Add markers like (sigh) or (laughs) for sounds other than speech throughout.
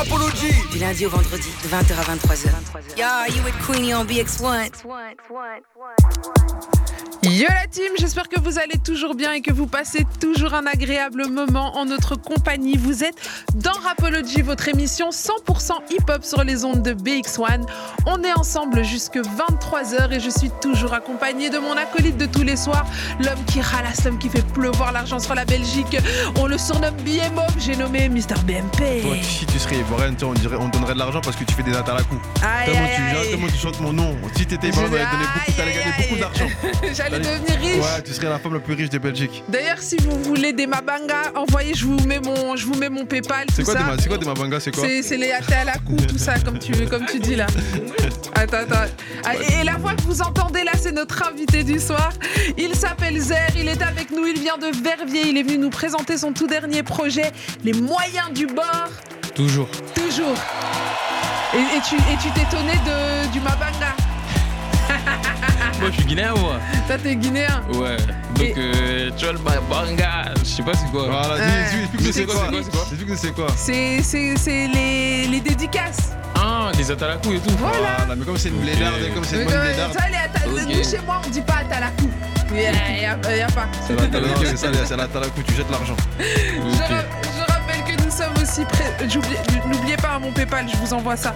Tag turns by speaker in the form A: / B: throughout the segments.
A: Rapology
B: Du lundi au vendredi, de 20h à 23h. Yo, you with Queenie on BX1.
C: Yo la team, j'espère que vous allez toujours bien et que vous passez toujours un agréable moment en notre compagnie. Vous êtes dans Rapology, votre émission 100% hip-hop sur les ondes de BX1. On est ensemble jusque 23h et je suis toujours accompagnée de mon acolyte de tous les soirs, l'homme qui ralasse, l'homme qui fait pleuvoir l'argent sur la Belgique. On le surnomme BMO, j'ai nommé Mr BMP.
A: Toi, Oh, si tu serais ivoirien, tu sais, on, dirait- on donnerait de l'argent parce que tu fais des nattes à la coupe.
C: Aïe,
A: Tellement
C: aïe,
A: tu,
C: aïe.
A: tellement tu chantes mon nom. Si t'étais
C: Je-
A: ivoirien, t'allais donner beaucoup-
C: aïe,
A: t'allais gagner
C: aïe,
A: beaucoup
C: aïe.
A: d'argent.
C: J'allais
A: Allez.
C: devenir riche.
A: Ouais, tu serais la femme la plus riche de Belgique.
C: D'ailleurs, si vous voulez des mabangas, envoyez, je vous mets mon, je vous mets mon PayPal, tout
A: C'est quoi,
C: ça.
A: des ma- c'est quoi des mabangas C'est quoi
C: C'est c'est les athées à la coupe, tout ça, comme tu, comme tu dis là. Attends, attends. Ah, Et, et la voix que vous entendez là, c'est notre invité du soir. Il s'appelle Zer, il est avec nous, il vient de Verviers, il est venu nous présenter son tout dernier projet, Les moyens du bord,
D: Toujours.
C: toujours. Et, et tu et tu t'étonnais de- du Mabanga.
D: Moi, je suis guinéen, moi.
C: Toi, t'es guinéen.
D: Ouais.
C: Et-
D: Donc, euh, tu vois, le banga, je sais pas c'est quoi.
A: Voilà, dis-
C: Ouais.
A: dis- explique-nous c'est
D: Mais c'est
A: quoi
D: quoi, c'est quoi
A: Explique-nous c'est quoi
C: C'est c'est- c'est les, les dédicaces. (laughs)
D: Ah, des atalakou et tout.
C: Voilà. Euh,
A: Voilà, Ah, mais comme c'est une blédarde,
D: Ok.
A: comme c'est
C: Mais
A: une
C: quand
A: bonne
C: même,
A: blédarde.
C: ça, les atta-
D: Ok.
C: nous, chez moi, on dit pas à la coupe. Il y a- il y a, il y a pas.
A: C'est la t'as- non, c'est ça, c'est la t'as la coupe, tu jettes l'argent.
C: Je,
D: Ok.
C: ra- je rappelle que nous sommes aussi pré- euh, j'oublie- N'oubliez pas à mon PayPal, je vous envoie ça.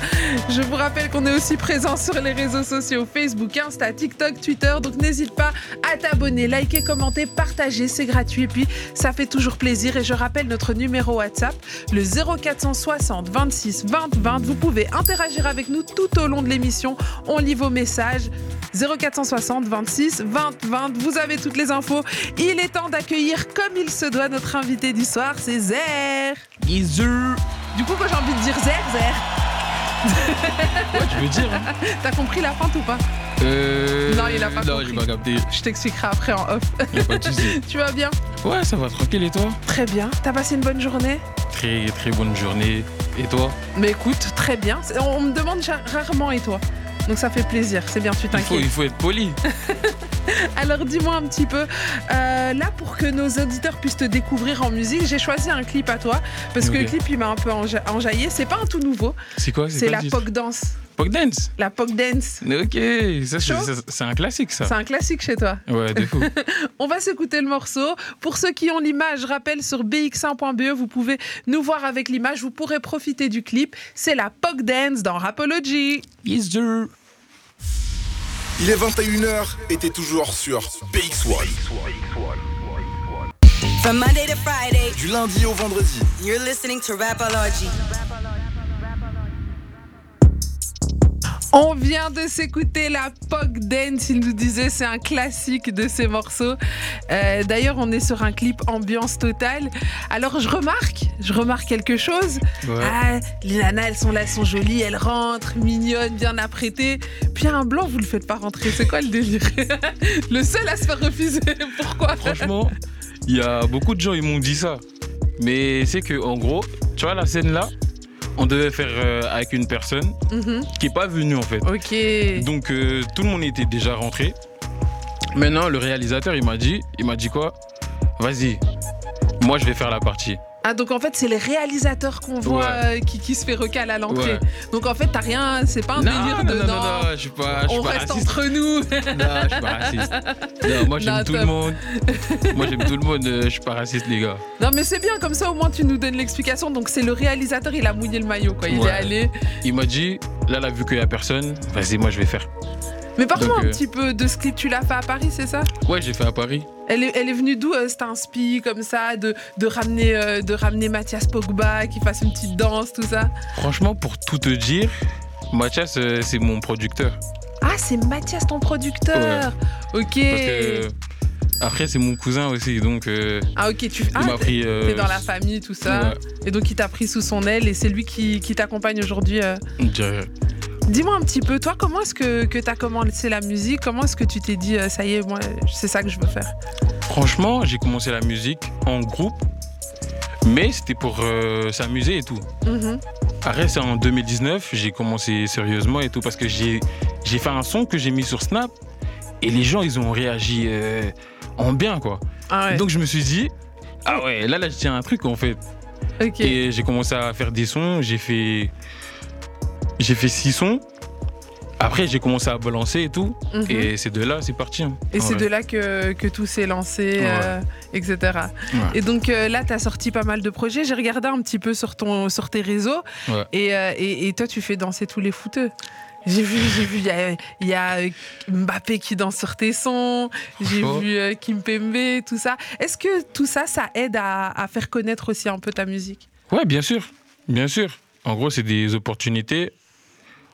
C: Je vous rappelle qu'on est aussi présent sur les réseaux sociaux Facebook, Insta, TikTok, Twitter. Donc n'hésite pas à t'abonner, liker, commenter, partager, c'est gratuit. Et puis ça fait toujours plaisir. Et je rappelle notre numéro WhatsApp, le 0460 26 20 20. Vous pouvez interagir avec nous tout au long de l'émission. On lit vos messages. 0460 26 20 20. Vous avez toutes les infos. Il est temps d'accueillir comme il se doit notre invité du soir, c'est Zer.
D: Izu.
C: Du coup, quand j'ai envie de dire Zer, Zer,
D: Ouais, tu veux dire. hein.
C: t'as compris la fin ou pas
D: Euh.
C: Non, il a pas
D: Non,
C: compris.
D: il m'a capté.
C: Je t'expliquerai après en off.
D: Il a pas de soucis.
C: Tu vas bien
D: Ouais, ça va tranquille et toi
C: Très bien. T'as passé une bonne journée
D: Très, très bonne journée. Et toi
C: Mais écoute, très bien. C'est- On, on me demande ja- rarement et toi donc ça fait plaisir, c'est bien, tu
D: il faut, il
C: t'inquiètes.
D: faut être poli.
C: Alors dis-moi un petit peu, euh, là pour que nos auditeurs puissent te découvrir en musique, j'ai choisi un clip à toi, parce que
D: Ok.
C: le clip il m'a un peu enja- enjaillé, c'est pas un tout nouveau,
D: C'est quoi
C: c'est
D: quoi
C: la
D: le titre
C: pop dance,
D: Pop dance.
C: la pop dance,
D: Ok, ça, c'est-
C: Chaud
D: ça, c'est un classique ça.
C: c'est un classique chez toi. (laughs)
D: Ouais, de fou.
C: On va s'écouter le morceau. Pour ceux qui ont l'image, je rappelle sur bx1.be, vous pouvez nous voir avec l'image, vous pourrez profiter du clip. C'est la Pog Dance dans Rapology.
D: Izu.
E: Il est 21h et t'es toujours sur BX1.
B: From Monday to Friday,
E: Du lundi au vendredi.
B: you're listening to Rapology.
C: On vient de s'écouter la Pog Dance, il nous disait, c'est un classique de ces morceaux. Euh, D'ailleurs, on est sur un clip ambiance totale. Alors, je remarque, je remarque quelque chose.
D: Ouais.
C: Ah, les nanas, elles sont là, elles sont jolies, elles rentrent, mignonnes, bien apprêtées. Puis un blanc, vous le faites pas rentrer. C'est quoi le délire (laughs) Le seul à se faire refuser. (laughs) Pourquoi
D: Franchement, il y a beaucoup de gens ils m'ont dit ça. Mais c'est que en gros, tu vois la scène là, on devait faire euh, avec une personne
C: Mhm.
D: qui est pas venue en fait.
C: Ok.
D: Donc euh, tout le monde était déjà rentré. Maintenant le réalisateur il m'a dit, il m'a dit quoi Vas-y, moi je vais faire la partie.
C: Ah, donc en fait, c'est les réalisateurs qu'on voit euh, qui, qui se fait recal à l'entrée.
D: Ouais.
C: Donc en fait, t'as rien, c'est pas un
D: non,
C: délire
D: non,
C: de
D: non, non,
C: non,
D: non, je suis pas, je suis
C: on
D: pas
C: reste
D: raciste.
C: entre nous. (laughs)
D: Non, je suis pas raciste. Non,
C: Non,
D: moi j'aime tout le
C: top.
D: monde. Moi j'aime tout le monde. euh, Je suis pas raciste les gars.
C: Non, mais c'est bien, comme ça au moins tu nous donnes l'explication. Donc c'est le réalisateur, il a mouillé le maillot, quoi. Il
D: Ouais.
C: est allé.
D: Il m'a dit, là là vu qu'il y a personne, vas-y moi je vais faire.
C: Mais parle-moi
D: Donc,
C: un
D: euh,
C: petit peu de ce clip, tu l'as fait à Paris, c'est ça
D: Ouais j'ai fait à Paris.
C: Elle est, elle est venue d'où euh, cet inspi comme ça de, de, ramener, euh, de ramener Mathias Pogba, qui fasse une petite danse, tout ça
D: Franchement, pour tout te dire, Mathias, euh, c'est mon producteur.
C: Ah, c'est Mathias ton producteur Ok
D: Parce que, euh, après, c'est mon cousin aussi, donc euh,
C: Ah, ok, tu ah,
D: il m'a
C: t'es-
D: pris. euh,
C: t'es dans la famille, tout ça.
D: ouais,
C: Et donc il t'a pris sous son aile et c'est lui qui, qui t'accompagne aujourd'hui. euh.
D: on dirait.
C: Dis-moi un petit peu, toi, comment est-ce que, que t'as commencé la musique Comment est-ce que tu t'es dit, euh, ça y est, moi, c'est ça que je veux faire
D: Franchement, j'ai commencé la musique en groupe, mais c'était pour euh, s'amuser et tout.
C: Mhm.
D: Après, c'est en 2019, j'ai commencé sérieusement et tout, parce que j'ai j'ai fait un son que j'ai mis sur Snap et les gens, ils ont réagi euh, en bien, quoi.
C: Ah ouais.
D: Donc je me suis dit, ah ouais, là, là, je tiens un truc en fait.
C: Ok.
D: Et j'ai commencé à faire des sons, j'ai fait. J'ai fait six sons. Après, j'ai commencé à balancer et tout.
C: Mhm. Et,
D: Et c'est de là, c'est parti. hein.
C: c'est
D: Ouais.
C: de là que, que tout s'est lancé, euh, etc.
D: Ouais.
C: Et donc euh, là, tu as sorti pas mal de projets. J'ai regardé un petit peu sur, ton, sur tes réseaux.
D: Ouais.
C: Et, euh, et- et toi, tu fais danser tous les fouteux. J'ai vu, j'ai vu, il y a, il y a, euh, Mbappé qui danse sur tes sons, j'ai
D: Oh.
C: vu euh, Kim Pembe, tout ça. Est-ce que tout ça, ça aide à, à faire connaître aussi un peu ta musique
D: Ouais, bien sûr. Bien sûr. En gros, c'est des opportunités.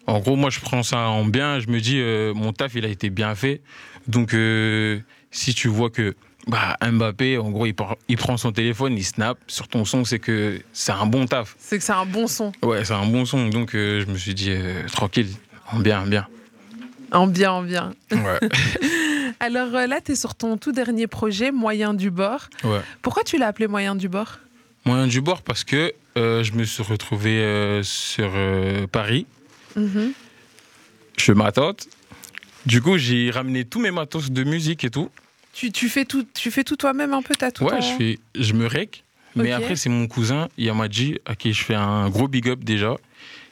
D: En gros, moi, je prends ça en bien. Je me dis, euh, mon taf, il a été bien fait. Donc, euh, si tu vois que bah, Mbappé, en gros, il, par- il prend son téléphone, il snap sur ton son, c'est que c'est un bon taf.
C: C'est que c'est un bon son,
D: Ouais, c'est un bon son. Donc, euh, je me suis dit, euh, tranquille, en bien,
C: (laughs)
D: en bien.
C: en bien, en bien.
D: Ouais.
C: Alors euh, là, tu es sur ton tout dernier projet, Moyen du bord.
D: ouais.
C: Pourquoi tu l'as appelé Moyen du bord
D: Moyen du bord parce que euh, je me suis retrouvé euh, sur euh, Paris.
C: Mhm.
D: Je m'attente. Du coup, j'ai ramené tous mes matos de musique et tout.
C: tu, tu fais tout, tu fais tout toi-même un peu, t'as tout
D: ouais,
C: en-
D: je, fais, je me rec. Mais
C: Ok.
D: après, c'est mon cousin, Yamadji, à qui je fais un gros big up déjà,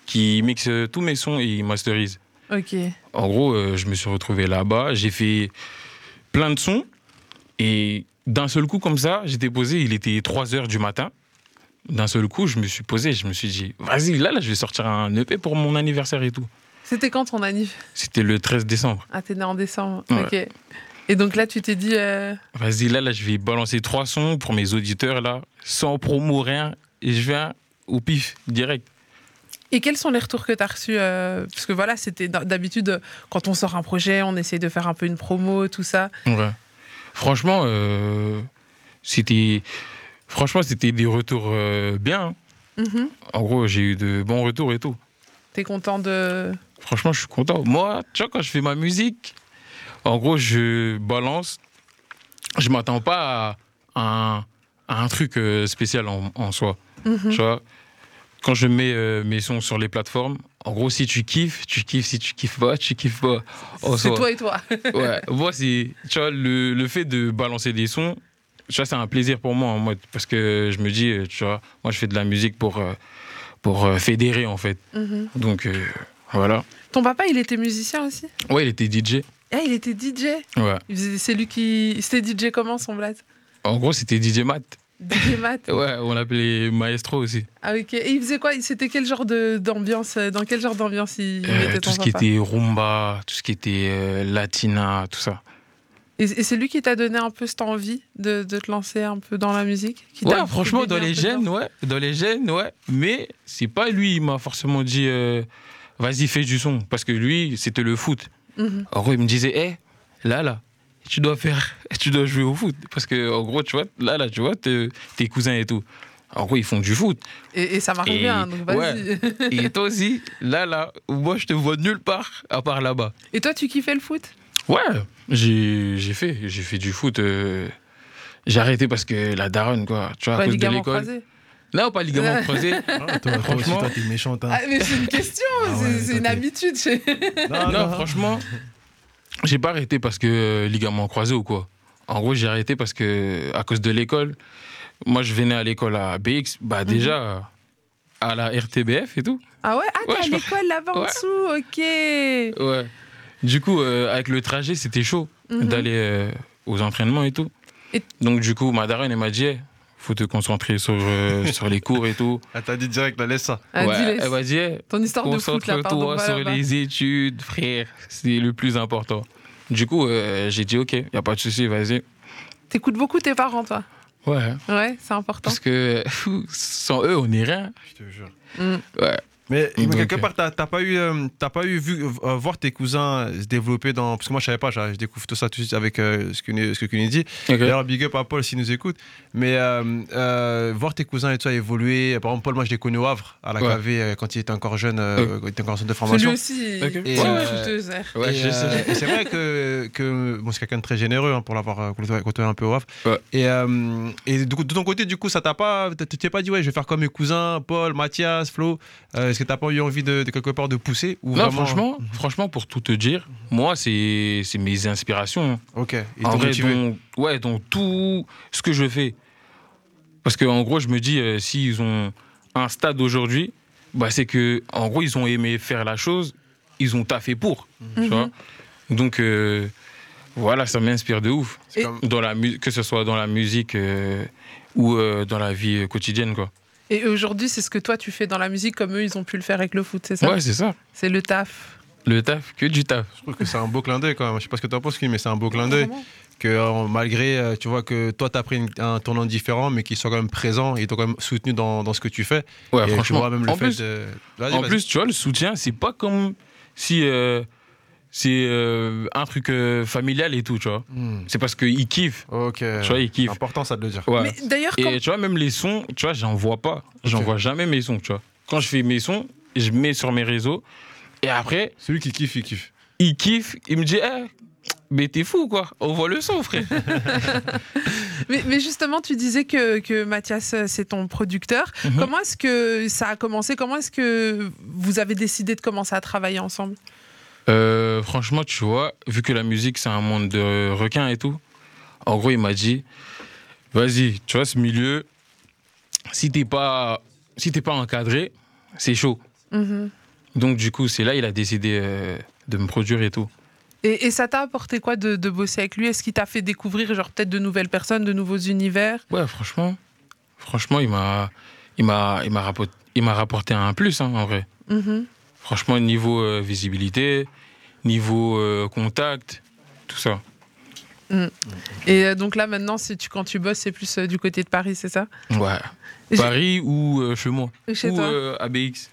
D: qui mixe euh, tous mes sons et il masterise.
C: Ok.
D: En gros, euh, je me suis retrouvé là-bas, j'ai fait plein de sons. Et d'un seul coup, comme ça, j'étais posé, il était 3 heures du matin. D'un seul coup, je me suis posé, je me suis dit, vas-y, là, là, je vais sortir un EP pour mon anniversaire et tout.
C: C'était quand ton annif
D: C'était le 13 décembre.
C: Ah, t'es né en décembre.
D: Ouais.
C: Ok. Et donc là, tu t'es dit. euh,
D: Vas-y, là, là, je vais balancer trois sons pour mes auditeurs, là, sans promo, rien. Et je viens au pif, direct.
C: Et quels sont les retours que t'as reçus euh, Parce que voilà, c'était d- d'habitude, euh, quand on sort un projet, on essaye de faire un peu une promo, tout ça.
D: Ouais. Franchement, euh, c'était. Franchement, c'était des retours euh, bien.
C: Mhm.
D: En gros, j'ai eu de bons retours et tout.
C: T'es content de.
D: Franchement, je suis content. Moi, tu vois, quand je fais ma musique, en gros, je balance. Je m'attends pas à un, à un truc euh, spécial en, en soi.
C: Mhm.
D: Tu vois, quand je mets euh, mes sons sur les plateformes, en gros, si tu kiffes, tu kiffes. Si tu kiffes pas, tu kiffes pas. En
C: C'est
D: soi.
C: toi et (laughs) toi.
D: Ouais, moi, c'est. Tu vois, le, le fait de balancer des sons, tu vois, c'est un plaisir pour moi, en mode. Parce que je me dis, euh, tu vois, moi, je fais de la musique pour, euh, pour euh, fédérer, en fait.
C: Mhm.
D: Donc, euh, voilà.
C: Ton papa, il était musicien aussi
D: Ouais, il était DJ.
C: Ah, il était DJ.
D: Ouais.
C: Il faisait- C'est lui qui. C'était DJ comment son blaze
D: En gros, c'était DJ Matt.
C: DJ Matt.
D: Ouais, on l'appelait Maestro aussi.
C: Ah, ok. Et il faisait quoi C'était quel genre de- d'ambiance euh, Dans quel genre d'ambiance il
D: Euh,
C: mettait
D: tout
C: ton
D: ce qui
C: papa
D: était rumba, tout ce qui était euh, latina, tout ça.
C: Et, et c'est lui qui t'a donné un peu cette envie de, de te lancer un peu dans la musique qui t'a
D: Ouais,
C: un peu
D: franchement, dans
C: baigné un
D: les
C: peu dedans
D: gènes, ouais. Dans les gènes, ouais. Mais c'est pas lui, il m'a forcément dit, euh, vas-y, fais du son. Parce que lui, c'était le foot.
C: Mhm.
D: En gros, il me disait, hé, là, là, tu dois faire, (laughs) tu dois jouer au foot. Parce que, en gros, tu vois, là, là, tu vois, te- tes cousins et tout. En gros, ils font du foot.
C: Et, et ça marche
D: Et-
C: bien, donc vas-y.
D: Et toi aussi, là, là, moi, je te vois nulle part, à part là-bas.
C: (laughs) Et toi, tu kiffais le foot
D: Ouais, j'ai j'ai fait, j'ai fait du foot. euh, j'ai arrêté parce que la daronne, quoi, tu vois, à
C: Pas
D: cause de
C: ligament
D: l'école.
C: croisé
D: Non, pas ligament croisé.
A: (laughs) Ah, toi, toi aussi,
D: Franchement.
A: toi, t'es méchante. hein.
C: Ah, mais c'est une question,
A: Ah
C: c'est-
A: ouais,
C: c'est (laughs)
A: toi,
C: une
A: t'es-
C: habitude. chez-
A: Ah, Non,
D: non, franchement, j'ai pas arrêté parce que euh, ligament croisé ou quoi. En gros, j'ai arrêté parce que à cause de l'école, moi je venais à l'école à BX,
A: Mhm.
D: bah déjà à la RTBF et tout.
C: Ah ouais Ah, t'es
D: Ouais,
C: à
D: je me-
C: l'école là-bas en
D: Ouais.
C: dessous, ok.
D: Ouais. Du coup, euh, avec le trajet, c'était chaud
C: Mhm.
D: d'aller euh, aux entraînements et tout.
C: Et-
D: Donc du coup, ma daronne, elle m'a dit, Eh, faut te concentrer sur
C: (laughs)
D: euh, sur les cours et tout.
A: Elle t'a dit direct, là, laisse ça.
C: Ah,
D: Ouais,
C: dis-les.
D: elle m'a dit, Eh,
C: Ton histoire de foot là, pardon.
D: Concentre-toi
C: va
D: sur
C: là-bas.
D: les études, frère. C'est le plus important. Du coup, euh, j'ai dit, OK, il a pas de souci, vas-y.
C: T'écoutes beaucoup tes parents, toi
D: Ouais.
C: Ouais, c'est important.
D: Parce que (laughs) pfou, sans eux, on n'est rien.
A: Je te jure.
C: Mm.
D: Ouais.
A: Mais, mais
D: Donc,
A: quelque
D: euh,
A: part, t'as t'as pas eu, euh, t'as pas eu vu, euh, voir tes cousins se développer dans. Parce que moi, je savais pas, je je découvre tout ça tout de suite avec euh, ce que ce que Kuni dit. D'ailleurs, big up à Paul s'il nous écoute. Mais euh, euh, voir tes cousins et toi évoluer. Par exemple, Paul, moi, je l'ai connu au Havre, à la
D: Ouais.
A: KV, euh, quand il était encore jeune, euh,
D: Euh.
A: quand il était encore en centre de
C: Parce que
A: formation.
C: lui aussi,
D: Ok.
C: il
A: Et,
C: est une
A: euh,
C: fouteuse, ouais.
D: Ouais,
A: Et,
D: je sais.
A: euh, et c'est vrai que, que bon, c'est quelqu'un de très généreux hein, pour l'avoir euh, côtoyé côtoyé un peu au Havre.
D: Ouais.
A: Et, euh, et du coup, de ton côté, du coup, ça t'a pas, tu t'es pas dit ouais, je vais faire comme mes cousins, Paul, Mathias, Flo. Euh, Est-ce que t'as pas eu envie de, de quelque part de pousser ou
D: Non,
A: vraiment-
D: franchement, franchement, pour tout te dire, moi, c'est c'est mes inspirations. hein.
A: Ok. Et
D: en
A: t'ont
D: vrai,
A: motivé.
D: dans, ouais, dans tout ce que je fais. Parce qu'en gros, je me dis, euh, s'ils ont un stade aujourd'hui, bah, c'est que en gros, ils ont aimé faire la chose, ils ont taffé pour.
C: Mhm.
D: Tu vois Donc, euh, voilà, ça m'inspire de ouf.
C: Et-
A: C'est comme-
D: Dans la mu- que ce soit dans la musique euh, ou euh, dans la vie quotidienne, quoi.
C: Et aujourd'hui, c'est ce que toi tu fais dans la musique, comme eux, ils ont pu le faire avec le foot, c'est ça
D: Ouais, c'est ça.
C: C'est le taf.
D: Le taf, que du taf.
A: Je trouve que c'est un beau clin d'œil quand même. Je sais pas ce que t'en penses, Kim, mais c'est un beau clin d'œil.
C: Vraiment.
A: Que euh, malgré, euh, tu vois, que toi t'as pris une- un tournant différent, mais qu'ils soient quand même présents, ils t'ont quand même soutenu dans, dans ce que tu fais.
D: Ouais,
A: Et
D: Bah, franchement.
A: tu vois même le
D: en
A: fait
D: plus,
A: de. Vas-y,
D: En
A: vas-y.
D: plus, tu vois, le soutien, c'est pas comme si euh, c'est euh, un truc euh, familial et tout, tu vois.
A: Hmm.
D: C'est parce qu'ils kiffent.
A: Ok.
D: Tu vois, ils
A: C'est
D: kiffent.
A: important ça de le dire.
D: Ouais.
C: Mais d'ailleurs, quand...
D: Et tu vois, même les sons, tu vois, j'en vois pas. J'en
A: Ok.
D: vois jamais mes sons, tu vois. Quand je fais mes sons, je mets sur mes réseaux. Et après,
A: Celui qui kiffe, il kiffe.
D: il kiffe, il me dit, Eh, mais t'es fou, quoi. On voit le son, frère.
C: mais, mais justement, tu disais que, que Mathias, euh, c'est ton producteur.
D: Mhm.
C: Comment est-ce que ça a commencé Comment est-ce que vous avez décidé de commencer à travailler ensemble
D: Euh, franchement, tu vois, vu que la musique, c'est un monde de requins et tout, en gros, il m'a dit vas-y, tu vois, ce milieu, si t'es pas, si t'es pas encadré, c'est chaud.
C: Mhm.
D: Donc, du coup, c'est là, il a décidé euh, de me produire et tout.
C: et, et ça t'a apporté quoi de, de bosser avec lui Est-ce qu'il t'a fait découvrir genre peut-être de nouvelles personnes, de nouveaux univers
D: Ouais, franchement, franchement, il m'a, il m'a, il m'a rapporté, il m'a rapporté un plus, hein, en vrai.
C: Mhm.
D: Franchement, niveau euh, visibilité, niveau euh, contact, tout ça.
C: Et euh, donc là maintenant, si tu, quand tu bosses, c'est plus euh, du côté de Paris, c'est ça
D: Ouais.
C: J'ai-
D: Paris ou euh, chez moi.
C: Ou chez
D: ou
C: toi.
D: euh, ABX.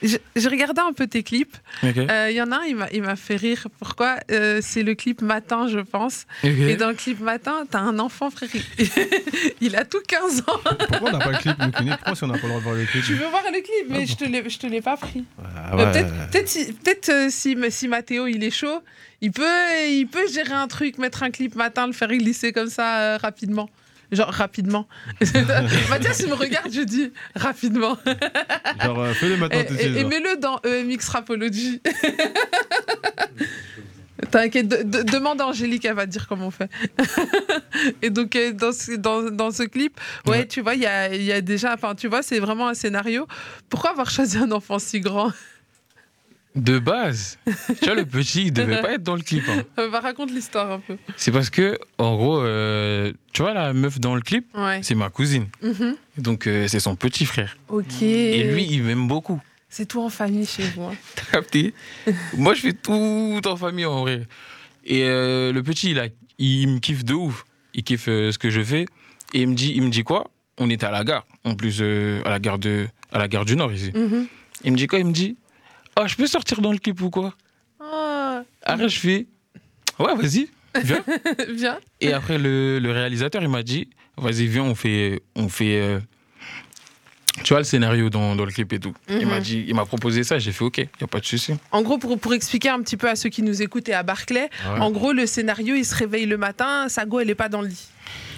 C: Je, je regardais un peu tes clips.
D: Ok.
C: Euh, Il y en a un, il m'a- il m'a fait rire. Pourquoi Euh, C'est le clip Matin, je pense. Et dans le clip Matin, t'as un enfant, frère. il- (laughs) il a tout 15 ans.
A: Pourquoi on n'a pas le clip, nous, Kini Pourquoi si on n'a pas le droit de voir le clip
C: Tu veux voir le clip, mais je te l'ai- je te l'ai pas pris.
A: Ah
C: Euh,
A: ouais.
C: Peut-être peut si, peut-être, euh, si, mais si Mathéo il est chaud, il peut, il peut gérer un truc, mettre un clip matin, le faire glisser comme ça euh, rapidement. Genre rapidement. (laughs) Mathias, il me regarde, je dis rapidement.
A: Genre, euh, fais-le
C: Et,
A: maintenant tout de
C: et-
A: suite.
C: et
A: genre.
C: Eh, mets-le dans EMX Rapology. (laughs) T'inquiète, de- de- demande à Angélique, elle va te dire comment on fait. (laughs) et donc, euh, dans ce, dans, dans ce clip, ouais,
D: Ouais.
C: tu vois, il y a, il y a déjà. Enfin, tu vois, c'est vraiment un scénario. Pourquoi avoir choisi un enfant si grand (laughs)
D: De base, tu vois, le petit, il devait pas être dans le clip. hein.
C: Euh, bah, Raconte l'histoire un peu.
D: C'est parce que, en gros, euh, tu vois, la meuf dans le clip,
C: Ouais.
D: c'est ma cousine.
C: Mhm.
D: Donc, euh, c'est son petit frère.
C: Ok.
D: Et lui, il m'aime beaucoup. (laughs)
C: C'est tout en famille chez vous. hein.
D: T'as capté Moi, je fais tout en famille, en vrai. Et euh, le petit, il, a- il me kiffe de ouf. Il kiffe euh, ce que je fais. Et il me dit, il me dit quoi On était à la gare. En plus, euh, à, la gare de, à la gare du Nord, ici.
C: Mhm.
D: Il me dit quoi Il me dit, ah, je peux sortir dans le clip ou quoi
C: Ah, (laughs)
D: Après, je fais, ouais, vas-y, viens.
C: viens.
D: Et après, le, le réalisateur, il m'a dit, vas-y, viens, on fait, on fait euh, tu vois, le scénario dans, dans le clip et tout. Il
C: Mhm.
D: m'a dit, il m'a proposé ça, j'ai fait, ok, il n'y a pas de souci.
C: En gros, pour, pour expliquer un petit peu à ceux qui nous écoutent et à Barclay,
A: Ouais.
C: en gros, le scénario, il se réveille le matin, Sago, elle est pas dans le lit.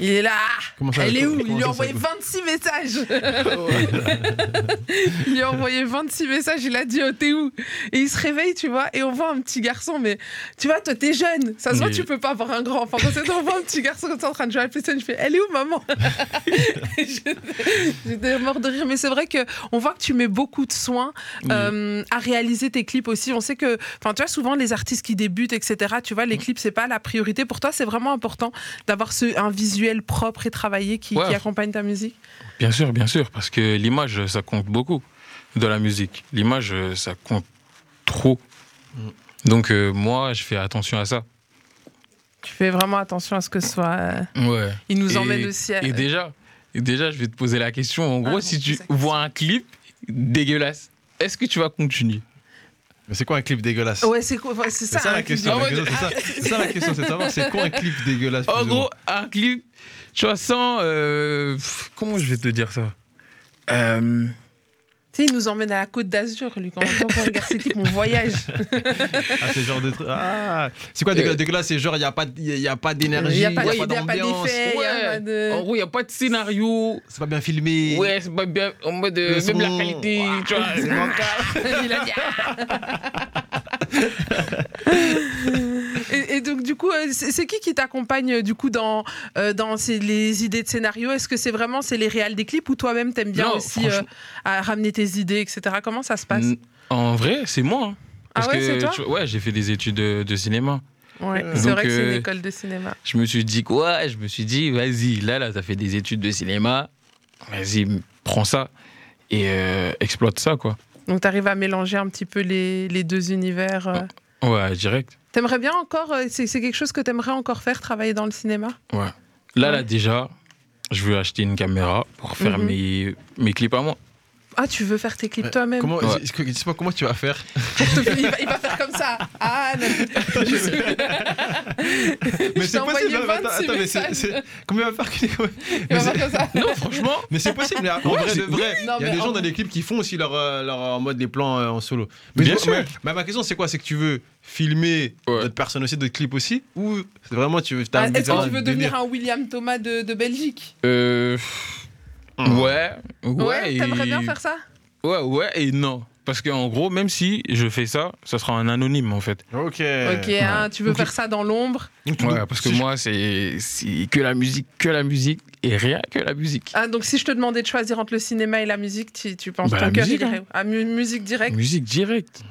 C: Il est là.
A: Comment ça,
C: Elle est où
A: comment
C: Il lui
A: ça,
C: a envoyé 26 messages. il lui a envoyé 26 messages. Il a dit Oh, t'es où Et il se réveille, tu vois. Et on voit un petit garçon. Mais tu vois, toi, t'es jeune. Ça se voit,
D: Mais-
C: tu peux pas avoir un grand enfant. Quand c'est- on voit un petit garçon comme ça en train de jouer à la PlayStation, je fais Elle est où, maman (laughs) J'étais- J'étais mort de rire. Mais c'est vrai que on voit que tu mets beaucoup de soin euh, à réaliser tes clips aussi. On sait que, enfin, tu vois, souvent les artistes qui débutent, etc., tu vois, les
A: Mm.
C: clips, c'est pas la priorité. Pour toi, c'est vraiment important d'avoir ce, un visuel propre et travaillé qui,
D: Ouais.
C: qui accompagne ta musique.
D: Bien sûr, bien sûr, parce que l'image, ça compte beaucoup dans la musique. L'image, euh, ça compte trop. Donc, euh, moi, je fais attention à ça.
C: Tu fais vraiment attention à ce que ce soit. euh,
D: Ouais.
C: il nous
D: Et-
C: emmène au ciel.
D: Et déjà, et déjà, je vais te poser la question. En gros,
C: on
D: si
C: pose
D: tu
C: la question.
D: vois un clip dégueulasse, est-ce que tu vas continuer
A: Mais c'est quoi un clip dégueulasse
C: Ouais, c'est quoi ouais, C'est ça,
A: C'est ça
C: hein,
A: la
C: qui dit-
A: question.
D: Ah
A: la
D: ouais,
A: question,
D: de-
A: C'est ça, c'est ça la question, c'est de savoir c'est quoi un clip dégueulasse.
D: En
A: plus ou moins.
D: gros, un clip, tu vois, sans. euh, pff, comment je vais te dire ça Euh,
C: Tu sais, il nous emmène à la côte d'Azur, lui. Quand quand on regarde ses clips, on
A: (laughs)
C: voyage.
A: Ah, c'est genre de truc. Ah, c'est quoi dégueulasse Dégueulasse, c'est genre, il n'y a pas, d- y a- y a pas d'énergie,
C: y
A: il n'y
C: a
A: a
C: pas
A: pas
C: d'idée, y a pas
A: d'ambiance.
C: d'effet. Il y a
D: ouais,
C: pas de-
D: En gros, il n'y a pas de scénario.
A: C'est pas bien filmé.
D: Ouais, c'est pas bien. En mode. euh,
A: Le
D: même la
A: son.
D: qualité, tu vois.
C: (laughs)
D: c'est pas-
C: Il a dit, Ah et, et donc, du coup, euh, c'est c'est qui qui t'accompagne euh, du coup dans, euh, dans ces- les idées de scénario Est-ce que c'est vraiment c'est les réals des clips ou toi-même t'aimes bien
D: Non,
C: aussi euh,
D: franchement-
C: à ramener tes idées, etc. Comment ça se passe
D: N- En vrai, c'est moi. hein.
C: Ah ouais,
D: que,
C: c'est toi
D: tu vois, Ouais, j'ai fait des études de, de cinéma.
C: Ouais,
A: Euh,
C: C'est
D: donc,
C: vrai que c'est
D: euh,
C: une école de cinéma.
D: Je me suis dit quoi Je me suis dit, vas-y, là, là, t'as fait des études de cinéma. Vas-y, prends ça et euh, exploite ça, quoi.
C: Donc t'arrives à mélanger un petit peu les, les deux univers.
D: Ah.
C: euh.
D: Ouais, direct.
C: T'aimerais bien encore euh, C'est c'est quelque chose que t'aimerais encore faire, travailler dans le cinéma
D: Là,
C: Ouais.
D: là, déjà, je veux acheter une caméra pour faire
C: Mhm.
D: mes, mes clips à moi.
C: Ah, tu veux faire tes clips
A: Ouais.
C: toi-même
A: Comment,
D: Ouais.
A: dis- Dis-moi comment tu vas faire.
C: (laughs) il, va, il va faire comme ça. Ah,
D: (laughs)
C: non.
A: Mais
C: Je
A: c'est
C: t'ai
A: possible.
C: envoyé
A: non, mais
C: 26
A: attends, attends, mais c'est-
C: messages.
A: c'est- Comment il va faire que-
C: Il
A: Mais
C: va
A: c'est-
C: faire comme ça.
D: Non, franchement,
A: Mais c'est possible, mais en
D: Ouais,
A: vrai de
D: c'est-
A: vrai,
C: Non,
A: il y a
C: mais
A: des gens
C: en-
A: dans l'équipe qui font aussi leur, euh, leur en mode les plans euh, en solo. Mais
D: Bien
A: je-
D: sûr.
A: mais- mais ma question c'est quoi C'est que tu veux filmer
D: Ouais.
A: d'autres personnes aussi, d'autres clips aussi Ou c'est vraiment tu veux. t'as
C: Ah,
A: envie
C: Est-ce
A: d'avoir
C: que tu
A: un
C: veux
A: délire
C: devenir un William Thomas de, de Belgique
D: euh, ouais, ouais,
C: Ouais, t'aimerais bien
D: et-
C: faire ça
D: ouais, ouais et non. Parce qu'en gros, même si je fais ça, ça sera un anonyme en fait.
A: Ok.
C: Ok, hein, tu veux faire ça dans l'ombre
A: Donc, tu-
D: Ouais,
A: donc,
D: parce que
A: si je-
D: moi, c'est c'est que la musique, que la musique et rien que la musique.
C: ah, Donc si je te demandais de choisir entre le cinéma et la musique, tu, tu penses
D: Bah,
C: ton
D: la
C: cœur
D: musique,
C: il irait où Ah, mu- musique directe
D: Musique directe.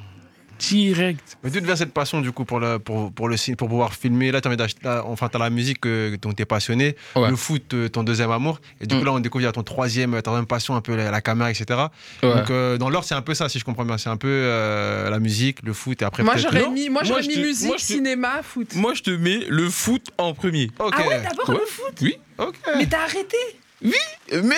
D: Direct.
A: Mais d'où te vient cette passion du coup pour le pour, pour le cin- pour pouvoir filmer Là, t'as envie d'acheter. là, Enfin, t'as la musique euh, dont t'es passionné,
D: Ouais.
A: le foot, euh, ton deuxième amour, et du coup
D: Mm.
A: là on découvre il y a ton troisième, euh, ta troisième passion un peu la, la caméra, etc.
D: Ouais.
A: Donc euh, dans l'ordre c'est un peu ça si je comprends bien, c'est un peu euh, la musique, le foot et après
C: Moi
A: peut-être-
C: j'aurais
D: non.
C: mis, moi,
D: Moi,
C: j'aurais
D: je
C: mis
D: te-
C: musique,
D: moi, je te-
C: cinéma, foot.
D: Moi, je te mets le foot en premier.
A: Ok.
C: Ah ouais, d'abord
D: Ouais.
C: euh, le foot
D: Oui.
A: Ok.
C: Mais t'as arrêté
D: Mais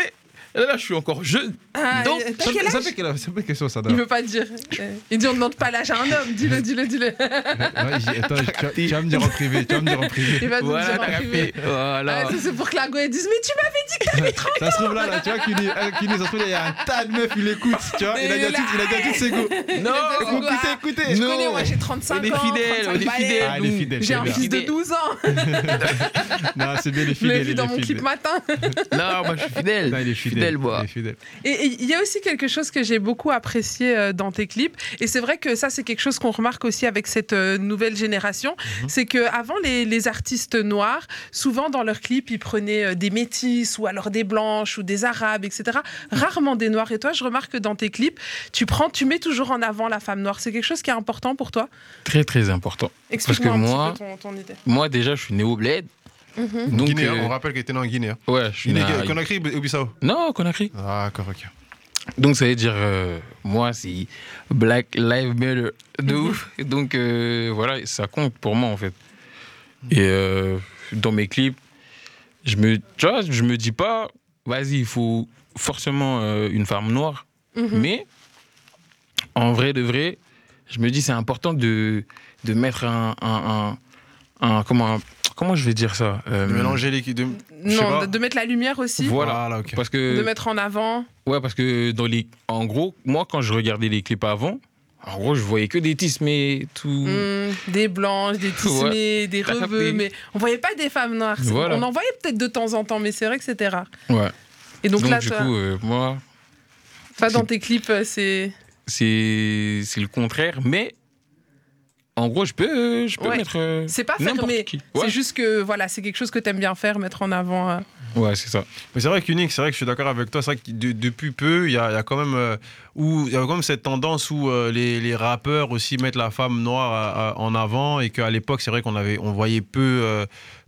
D: là, là, je suis encore jeune.
C: Ah,
D: Donc,
C: euh, T'as
A: Ça,
C: quel
A: ça
C: âge
A: fait quelle ça fait quelle
C: (laughs)
A: question ça
C: Il
A: d'ailleurs
C: veut pas
D: (laughs)
C: dire. Euh, Il dit on demande pas l'âge à un homme, dis-le, dis-le, dis-le.
A: Ouais, j'ai- attends, tu, tu vas me dire en privé, tu vas me dire en privé.
C: Il va nous
D: Voilà,
C: dire en
D: t'as
C: privé.
D: capté. Voilà.
C: Ah, ça, c'est pour que la Goé dise mais tu m'avais
A: Ça se trouve là, là, tu vois qu'il est, euh, qu'il est- ça se trouve, il y a un tas de meufs, il écoute, tu vois, il a dit à tout, il a dit à tout, c'est go.
D: non,
C: dit à tout,
A: Écoutez, écoutez.
C: Je
D: Non.
C: connais, moi j'ai 35
D: on est
C: ans.
D: fidèles, on
C: 35
D: est
C: balais.
D: fidèles.
A: Ah, les
D: nous.
A: fidèles,
C: J'ai un
A: Bien.
C: fils de 12 ans,
A: Non,
C: (laughs)
A: c'est bien les
C: je l'ai
A: fidèles.
C: vu
A: il
C: dans
A: est
C: mon
A: fidèle.
C: clip matin.
D: Non, Ah, moi, je suis fidèle.
A: Non, il est
D: Fidèle,
A: fidèle.
D: moi.
A: il est fidèle.
C: Et- Et il y a aussi quelque chose que j'ai beaucoup apprécié euh, dans tes clips, et c'est vrai que ça c'est quelque chose qu'on remarque aussi avec cette euh, nouvelle génération,
A: Mhm.
C: c'est que avant les, les artistes noirs, souvent dans leurs clips ils prenaient euh, des métis ou alors des blanches ou des arabes, etc. Rarement des noirs. Et toi, je remarque que dans tes clips, tu prends, tu mets toujours en avant la femme noire. C'est quelque chose qui est important pour toi.
D: Très, très important.
C: Explique-moi
D: que
C: un
D: moi-
C: petit peu ton, ton idée.
D: Moi, déjà, je suis né au bled. Donc,
A: Guinée,
D: euh,
A: hein, on rappelle qu'il était né en Guinée. hein.
D: ouais, je suis né
A: Guinée,
D: à-
A: Conakry ou Bissau
D: Non, Conakry.
A: Ah, D'accord, ok.
D: Donc, ça veut dire, euh, moi, c'est Black Lives Matter de ouf.
C: (laughs)
D: Donc, euh, voilà, ça compte pour moi, en fait. Et euh, dans mes clips, je me, tu vois, je me dis pas, vas-y, il faut forcément euh, une femme noire.
C: Mhm.
D: Mais en vrai de vrai, je me dis c'est important de, de mettre un, un, un- un- comment comment je vais dire ça Euh,
A: De mélanger les deux. je sais
C: non,
A: pas.
C: de, de mettre la lumière aussi,
D: Voilà.
A: Voilà, ok.
D: Parce
C: de
D: que
C: mettre en avant.
D: ouais parce que dans les en gros moi quand je regardais les clips avant en gros je voyais que des tisses mais tout
C: Mm, des blanches,
D: (laughs)
C: des tismées, des
D: T'as
C: rebeux,
D: capté.
C: mais on voyait pas des femmes noires. C'est-
D: Voilà.
C: On en voyait peut-être de temps en temps, mais c'est vrai que c'était rare.
D: ouais
C: Et donc,
D: donc,
C: là,
D: du
C: toi,
D: coup euh, moi
C: toi, dans tes clips, euh, c'est.
D: c'est c'est le contraire mais en gros je peux je peux
C: Ouais.
D: mettre euh,
C: C'est pas
D: n'importe
C: fermé.
D: qui.
C: C'est
D: ouais
C: juste que voilà, c'est quelque chose que t'aimes bien faire, mettre en avant. euh.
D: ouais c'est ça
A: Mais c'est vrai qu'unique, c'est vrai que je suis d'accord avec toi. C'est vrai que de- depuis peu, il y a, il y a quand même euh, où il y a quand même cette tendance où euh, les, les rappeurs aussi mettent la femme noire à- à- en avant et qu'à l'époque, c'est vrai qu'on avait, on voyait peu. euh,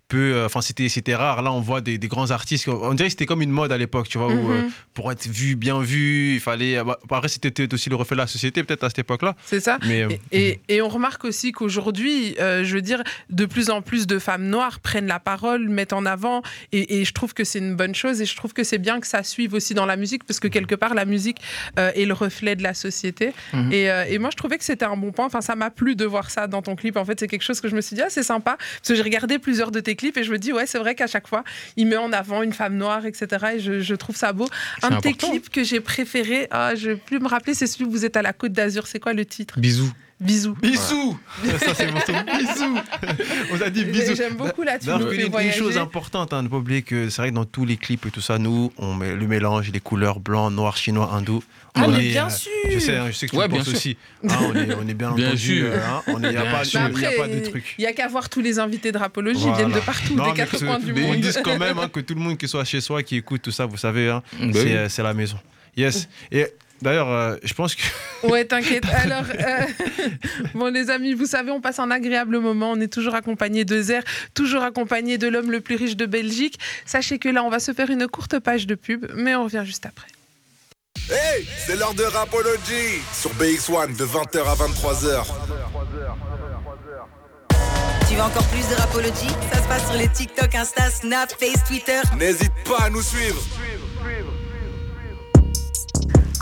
A: peu, euh, Enfin, c'était, c'était rare. Là, on voit des, des grands artistes. On dirait que c'était comme une mode à l'époque, tu vois, où euh,
C: Mhm.
A: pour être vu, bien vu, il fallait. bah, après, c'était peut-être aussi le reflet de la société, peut-être à cette époque-là.
C: C'est ça.
A: Mais euh,
C: Et, et- et on remarque aussi qu'aujourd'hui, euh, je veux dire, de plus en plus de femmes noires prennent la parole, mettent en avant, et, et je trouve que c'est une bonne chose, et je trouve que c'est bien que ça suive aussi dans la musique, parce que quelque part, la musique euh, est le reflet de la société.
D: Mhm.
C: Et, euh, et moi, je trouvais que c'était un bon point, enfin, ça m'a plu de voir ça dans ton clip, en fait, c'est quelque chose que je me suis dit, ah, c'est sympa, parce que j'ai regardé plusieurs de tes clips, et je me dis, ouais, c'est vrai qu'à chaque fois, il met en avant une femme noire, etc., et je, je trouve ça beau.
D: C'est
C: Un de tes
D: important.
C: clips que j'ai préféré, ah, je vais plus me rappeler, c'est celui où vous êtes à la Côte d'Azur, c'est quoi le titre
D: bisous
C: Bisous.
A: Bisous (laughs) Ça, c'est
C: (laughs)
A: mon son. Bisous On a dit (laughs) bisous.
C: J'aime beaucoup là, tu
A: D'ailleurs,
C: nous fais
A: une, une
C: voyager.
A: chose importante, hein, ne pas oublier que c'est vrai que dans tous les clips et tout ça, nous, on met le mélange, les couleurs blanc, noir, chinois, hindou.
F: Ah,
A: On
F: mais
A: est,
F: bien
A: euh,
F: sûr
A: Je sais, hein, je sais que tu
D: Ouais,
A: le
D: bien
A: penses
D: sûr.
A: aussi. Hein, on, est, on est bien,
D: Bien
A: entendu.
D: sûr.
A: euh, hein, on est- Il n'y a,
D: Bien
A: pas de-
D: sûr.
A: il y a
C: Bah, Après,
A: pas de truc.
C: il n'y a qu'à voir tous les invités de Rapologie, ils viennent de
A: Voilà.
C: partout,
A: Non,
C: des
A: mais
C: quatre
A: que-
C: coins du
A: mais
C: monde.
A: Ils disent quand même hein, que tout le monde qui soit chez soi, qui écoute tout ça, vous savez, hein,
D: Ben oui.
A: c'est euh, c'est la maison. Yes. Et d'ailleurs, euh, je pense que.
C: (laughs)
A: (laughs)
C: Ouais, t'inquiète. Alors, euh, (laughs) bon, les amis, vous savez, on passe un agréable moment. On est toujours accompagné de Zer, toujours accompagné de l'homme le plus riche de Belgique. Sachez que là, on va se faire une courte page de pub, mais on revient juste après.
E: Hey, c'est l'heure de Rapology sur BX1 de 20h à 23h.
B: Tu veux encore plus de rapologie Ça se passe sur les TikTok, Insta, Snap, Face, Twitter.
E: N'hésite pas à nous suivre.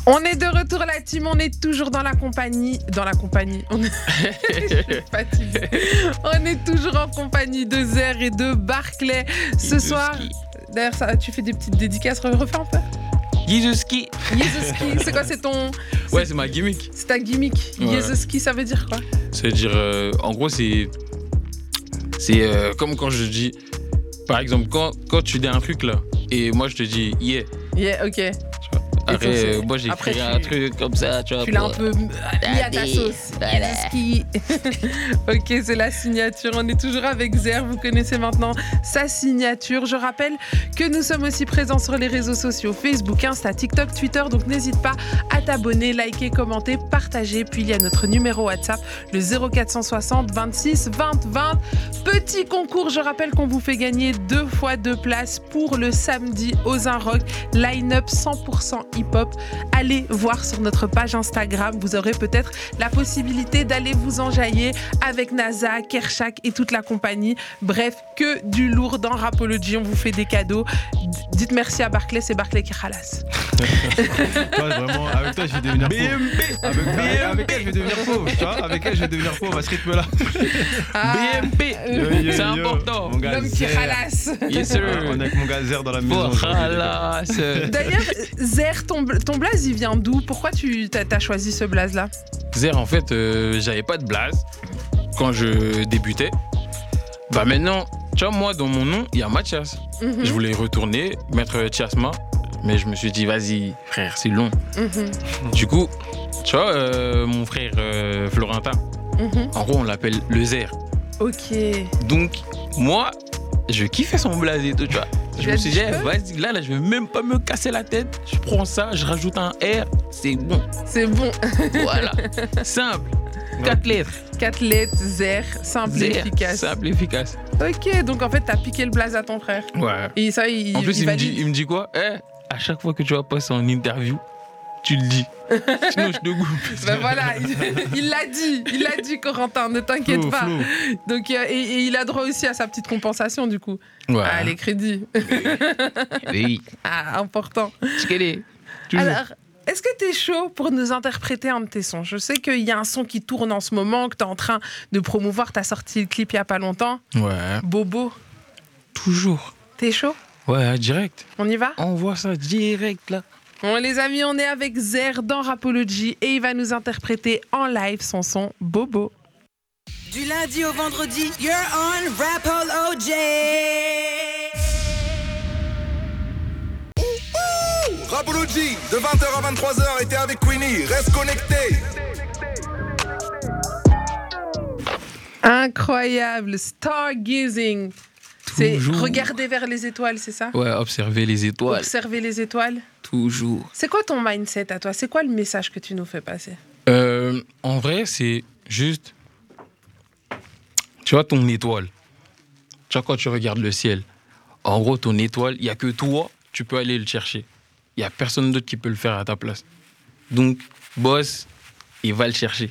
C: On est de retour, la team. On est toujours dans la compagnie. Dans la compagnie. On est, Je suis fatiguée. On est toujours en compagnie de Zer et de Barclay. Ce soir. D'ailleurs, ça, tu fais des petites dédicaces. Refais un peu.
D: Gizuski
C: Yezuski, c'est quoi C'est ton.
D: Ouais, c'est ma gimmick.
C: C'est ta gimmick.
D: Ouais.
C: Yezuski, ça veut dire quoi
D: C'est-à-dire, euh, en gros, c'est. C'est euh, comme quand je dis. Par exemple, quand, quand tu dis un truc là, et moi je te dis yeah.
C: Yeah, ok. donc,
D: Après,
C: c'est-
D: euh, moi j'ai
C: après,
D: écrit
C: tu-
D: un truc comme ça, tu vois.
C: Tu l'as
D: pour-
C: un peu mis à ta
D: Allez,
C: sauce.
D: voilà.
C: Ski. (laughs) ok, c'est la signature. On est toujours avec Zer. Vous connaissez maintenant sa signature. Je rappelle que nous sommes aussi présents sur les réseaux sociaux Facebook, Insta, TikTok, Twitter. Donc n'hésite pas à t'abonner, liker, commenter, partager. Puis il y a notre numéro WhatsApp, le 0460 26 20 20. Petit concours. Je rappelle qu'on vous fait gagner deux fois deux places pour le samedi aux Rock. Line-up 100% hip-hop allez voir sur notre page Instagram. Vous aurez peut-être la possibilité d'aller vous enjailler avec NASA, Kershak et toute la compagnie. Bref, que du lourd dans Rapology. On vous fait des cadeaux. D- Dites merci à Barclay, c'est Barclay qui ralasse.
A: Toi, vraiment, avec toi, je vais devenir pauvre. Avec, avec elle, je vais devenir pauvre. Tu vois, avec elle, je vais devenir pauvre à
C: (laughs)
A: ce rythme-là.
D: BMP
A: Yo, yo,
D: C'est
A: yo.
D: important
A: Mon gars
C: Ah, L'homme qui
A: Zer.
C: ralasse.
D: Yes
A: Ah,
D: sir
A: On est avec mon gars Zer dans la maison. aujourd'hui,
D: ah,
A: les gars.
D: Voilà
C: (laughs)
D: c'est-
C: D'ailleurs, Zer, ton, bl- ton blaze, il vient d'où Pourquoi tu t'as t'as choisi ce blaze-là
D: Zer, en fait, euh, j'avais pas de blase quand je débutais. Bah maintenant, tu vois, moi, dans mon nom, il y a Mathias.
C: Mhm,
D: Je voulais retourner, mettre Tiasma, mais je me suis dit, vas-y, frère, c'est long.
C: mhm,
D: Du coup, tu vois, euh, mon frère euh, Florentin,
C: mhm.
D: en gros, on l'appelle le Zer.
C: Ok.
D: Donc, moi, je kiffais son blaze et tout, tu vois.
C: Tu
D: Je
C: as
D: me suis
C: dit,
D: dit,
C: je peux
D: vas-y, là, là, je vais même pas me casser la tête. Je prends ça, je rajoute un R, c'est bon.
C: C'est bon. (laughs)
D: Voilà. Simple. Quatre lettres.
C: Quatre lettres, Zer, simple et
D: Zer.
C: efficace.
D: Simple, efficace.
C: Ok, donc en fait, t'as piqué le blaze à ton frère.
D: Ouais.
C: Et ça, il,
D: En plus, il, me
C: valide.
D: dit, il me dit quoi Eh, À chaque fois que tu vas passer en interview, tu le
C: (laughs)
D: dis. Sinon, je te coupe.
C: Ben voilà, il- (laughs) il l'a dit, il l'a dit, Corentin, ne t'inquiète
A: Flo,
C: pas.
A: Flo.
C: Donc, euh, et, et il a droit aussi à sa petite compensation, du coup.
D: Ouais.
C: Ah, les crédits.
D: Oui.
C: (laughs) Ah, important.
D: Tchikélé. Toujours.
C: Alors, est-ce que t'es chaud pour nous interpréter un de tes sons Je sais qu'il y a un son qui tourne en ce moment, que t'es en train de promouvoir, t'as sorti le clip il y a pas longtemps.
D: Ouais.
C: Bobo,
D: Toujours.
C: t'es chaud
D: Ouais, direct.
C: On y va
D: On voit ça direct là.
C: Bon, les amis, on est avec Zer dans Rapology et il va nous interpréter en live son son Bobo.
B: Du lundi au vendredi, you're on Rapology.
E: Rapology de 20h à 23h et t'es avec Queenie. Reste connecté.
C: Incroyable, stargazing. C'est
D: Toujours.
C: regarder vers les étoiles, c'est ça
D: Ouais, observer les étoiles.
C: Observer les étoiles.
D: Toujours.
C: C'est quoi ton mindset à toi C'est quoi le message que tu nous fais passer
D: Euh, en vrai, c'est juste. Tu vois ton étoile. Tu vois, quand tu regardes le ciel, en gros, ton étoile, il n'y a que toi, tu peux aller le chercher. Il n'y a personne d'autre qui peut le faire à ta place. Donc, bosse et va le chercher.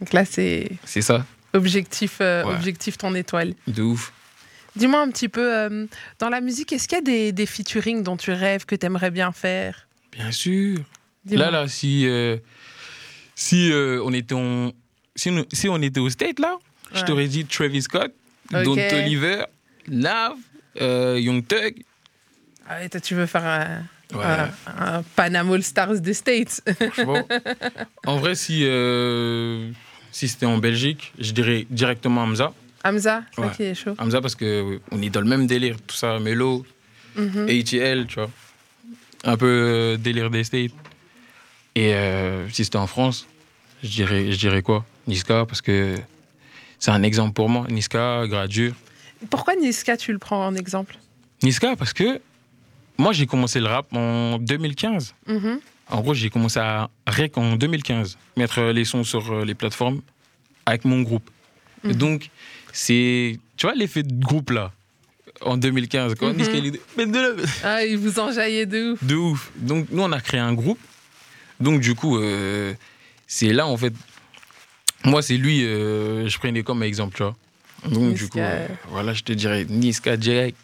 C: Donc là, c'est
D: C'est ça,
C: objectif, euh,
D: Ouais.
C: objectif ton étoile.
D: de ouf.
C: Dis-moi un petit peu, euh, dans la musique, est-ce qu'il y a des, des featuring dont tu rêves, que tu aimerais bien faire
D: Bien sûr.
C: Dis-moi.
D: Là, là, si, euh, si, euh, on était en- si, nous- si on était au State, là, je
C: Ouais.
D: t'aurais dit Travis Scott,
C: Ok.
D: Don Toliver, Nav, euh, Young Thug.
C: Ah ouais, toi, tu veux faire un,
D: Ouais.
C: un- un Panam All Stars des States (laughs)
D: Franchement, en vrai, si euh, Si c'était en Belgique, je dirais directement Hamza.
C: Hamza, c'est
D: Ouais.
C: ça qui est chaud.
D: Hamza parce que oui, on est dans le même délire, tout ça, Melo, ATL, tu vois. Un peu euh, délire des States. Et euh, si c'était en France, je dirais, je dirais quoi Niska, parce que c'est un exemple pour moi. Niska, Gradure.
C: Pourquoi Niska, tu le prends en exemple
D: Niska, parce que moi, j'ai commencé le rap en 2015.
C: Mhm.
D: En gros, j'ai commencé à rec en 2015, mettre euh, les sons sur euh, les plateformes avec mon groupe. Et Donc, c'est. Tu vois l'effet de groupe là, en 2015, quand
C: Mhm.
D: Niska, il est- Mais de la-
C: Ah, il vous enjaillait de ouf.
D: de ouf. Donc, nous, on a créé un groupe. Donc, du coup, euh, c'est là, en fait. Moi, c'est lui, euh, je prenais comme exemple, tu vois. Donc,
C: Niska.
D: du coup, euh, voilà, je te dirais Niska direct.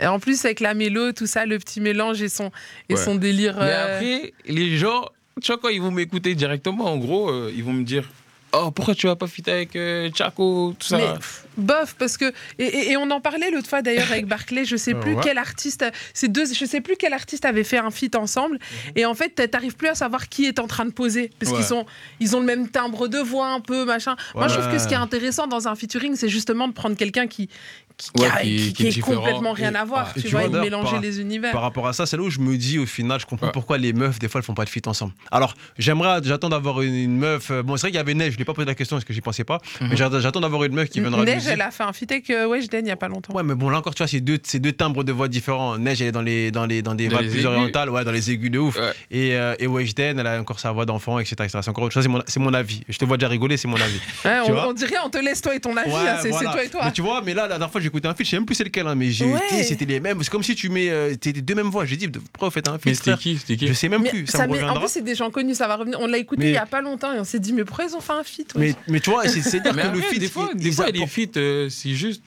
C: Et en plus, avec la mélo, tout ça, le petit mélange et son, et
D: Ouais.
C: son délire.
D: Mais
C: euh,
D: après, les gens, tu vois, quand ils vont m'écouter directement, en gros, euh, ils vont me dire Oh, pourquoi tu vas pas fit avec euh, Chaco, tout ça
C: Mais, pff, bof, parce que. Et, et- et on en parlait l'autre fois d'ailleurs avec Barclay, je sais plus
A: Ouais.
C: quel artiste. Ces deux, je sais plus quel artiste avait fait un feat ensemble. Et en fait, t'arrives plus à savoir qui est en train de poser. Parce
D: Ouais.
C: qu'ils sont, ils ont le même timbre de voix un peu, machin. Moi, je trouve
A: Ouais.
C: que ce qui est intéressant dans un featuring, c'est justement de prendre quelqu'un qui. qui,
D: Ouais,
C: a-
D: qui-
C: qui-
D: qui
C: qui
D: est
C: est
D: différent.
C: complètement rien
D: Et-
C: à voir,
D: ah,
A: et
C: tu
A: tu
C: vois, et
A: vois,
C: de
A: d'ailleurs,
C: mélanger
A: par-
C: les univers.
A: Par rapport à ça, c'est là où je me dis au final, je comprends
D: Ouais.
A: pourquoi les meufs, des fois, elles font pas de feat ensemble. Alors, j'aimerais, j'attends d'avoir une, une meuf. euh, Bon, c'est vrai qu'il y avait Neige, je lui ai pas posé la question parce que j'y pensais pas. Mais j'attends j'attends d'avoir une meuf qui viendra de
C: Neige,
A: musique.
C: elle a fait un feat avec euh, Weshden il y a pas longtemps.
A: Ouais, mais bon, là encore, tu vois, c'est deux, c'est deux timbres de voix différents. Neige, elle est dans, les, dans, les, dans des
D: Dans
A: voix
D: les
A: plus
D: aigus.
A: orientales, ouais, dans les aigus de ouf.
D: Ouais.
A: Et, euh, et Weshden, elle a encore sa voix d'enfant, etc. etc. C'est encore autre chose, c'est mon, c'est mon avis. Je te vois déjà rigoler, c'est mon avis.
C: Ouais,
A: tu
C: on,
A: vois
C: on dirait, on te laisse toi et ton avis,
A: Ouais,
C: hein, c'est c'est
A: voilà.
C: toi et toi.
A: Mais tu vois, mais là, la dernière fois, j'ai écouté un feat, je sais même plus c'est lequel, hein, mais j'ai
C: Ouais.
A: été, c'était les mêmes. C'est comme si tu mets euh, t'es les deux mêmes voix. J'ai dit, pourquoi vous faites un
D: Mais
A: feat
D: c'était
A: hein, frère
D: qui C'était qui
A: Je sais même
C: Mais
A: plus, ça,
C: ça
A: me
C: m'est- en
A: reviendra.
C: plus, c'est des gens connus, ça va revenir. On l'a écouté
A: Mais-
C: il y a pas longtemps et on s'est dit, mais pourquoi ils ont fait un feat ouais
A: Mais, mais tu vois, c'est- c'est-à-dire
D: (laughs) Mais
A: que le
D: après,
A: feat,
D: des fois,
A: il-
D: des
A: il
D: fois, les
A: apporte-
D: feats, euh, c'est juste.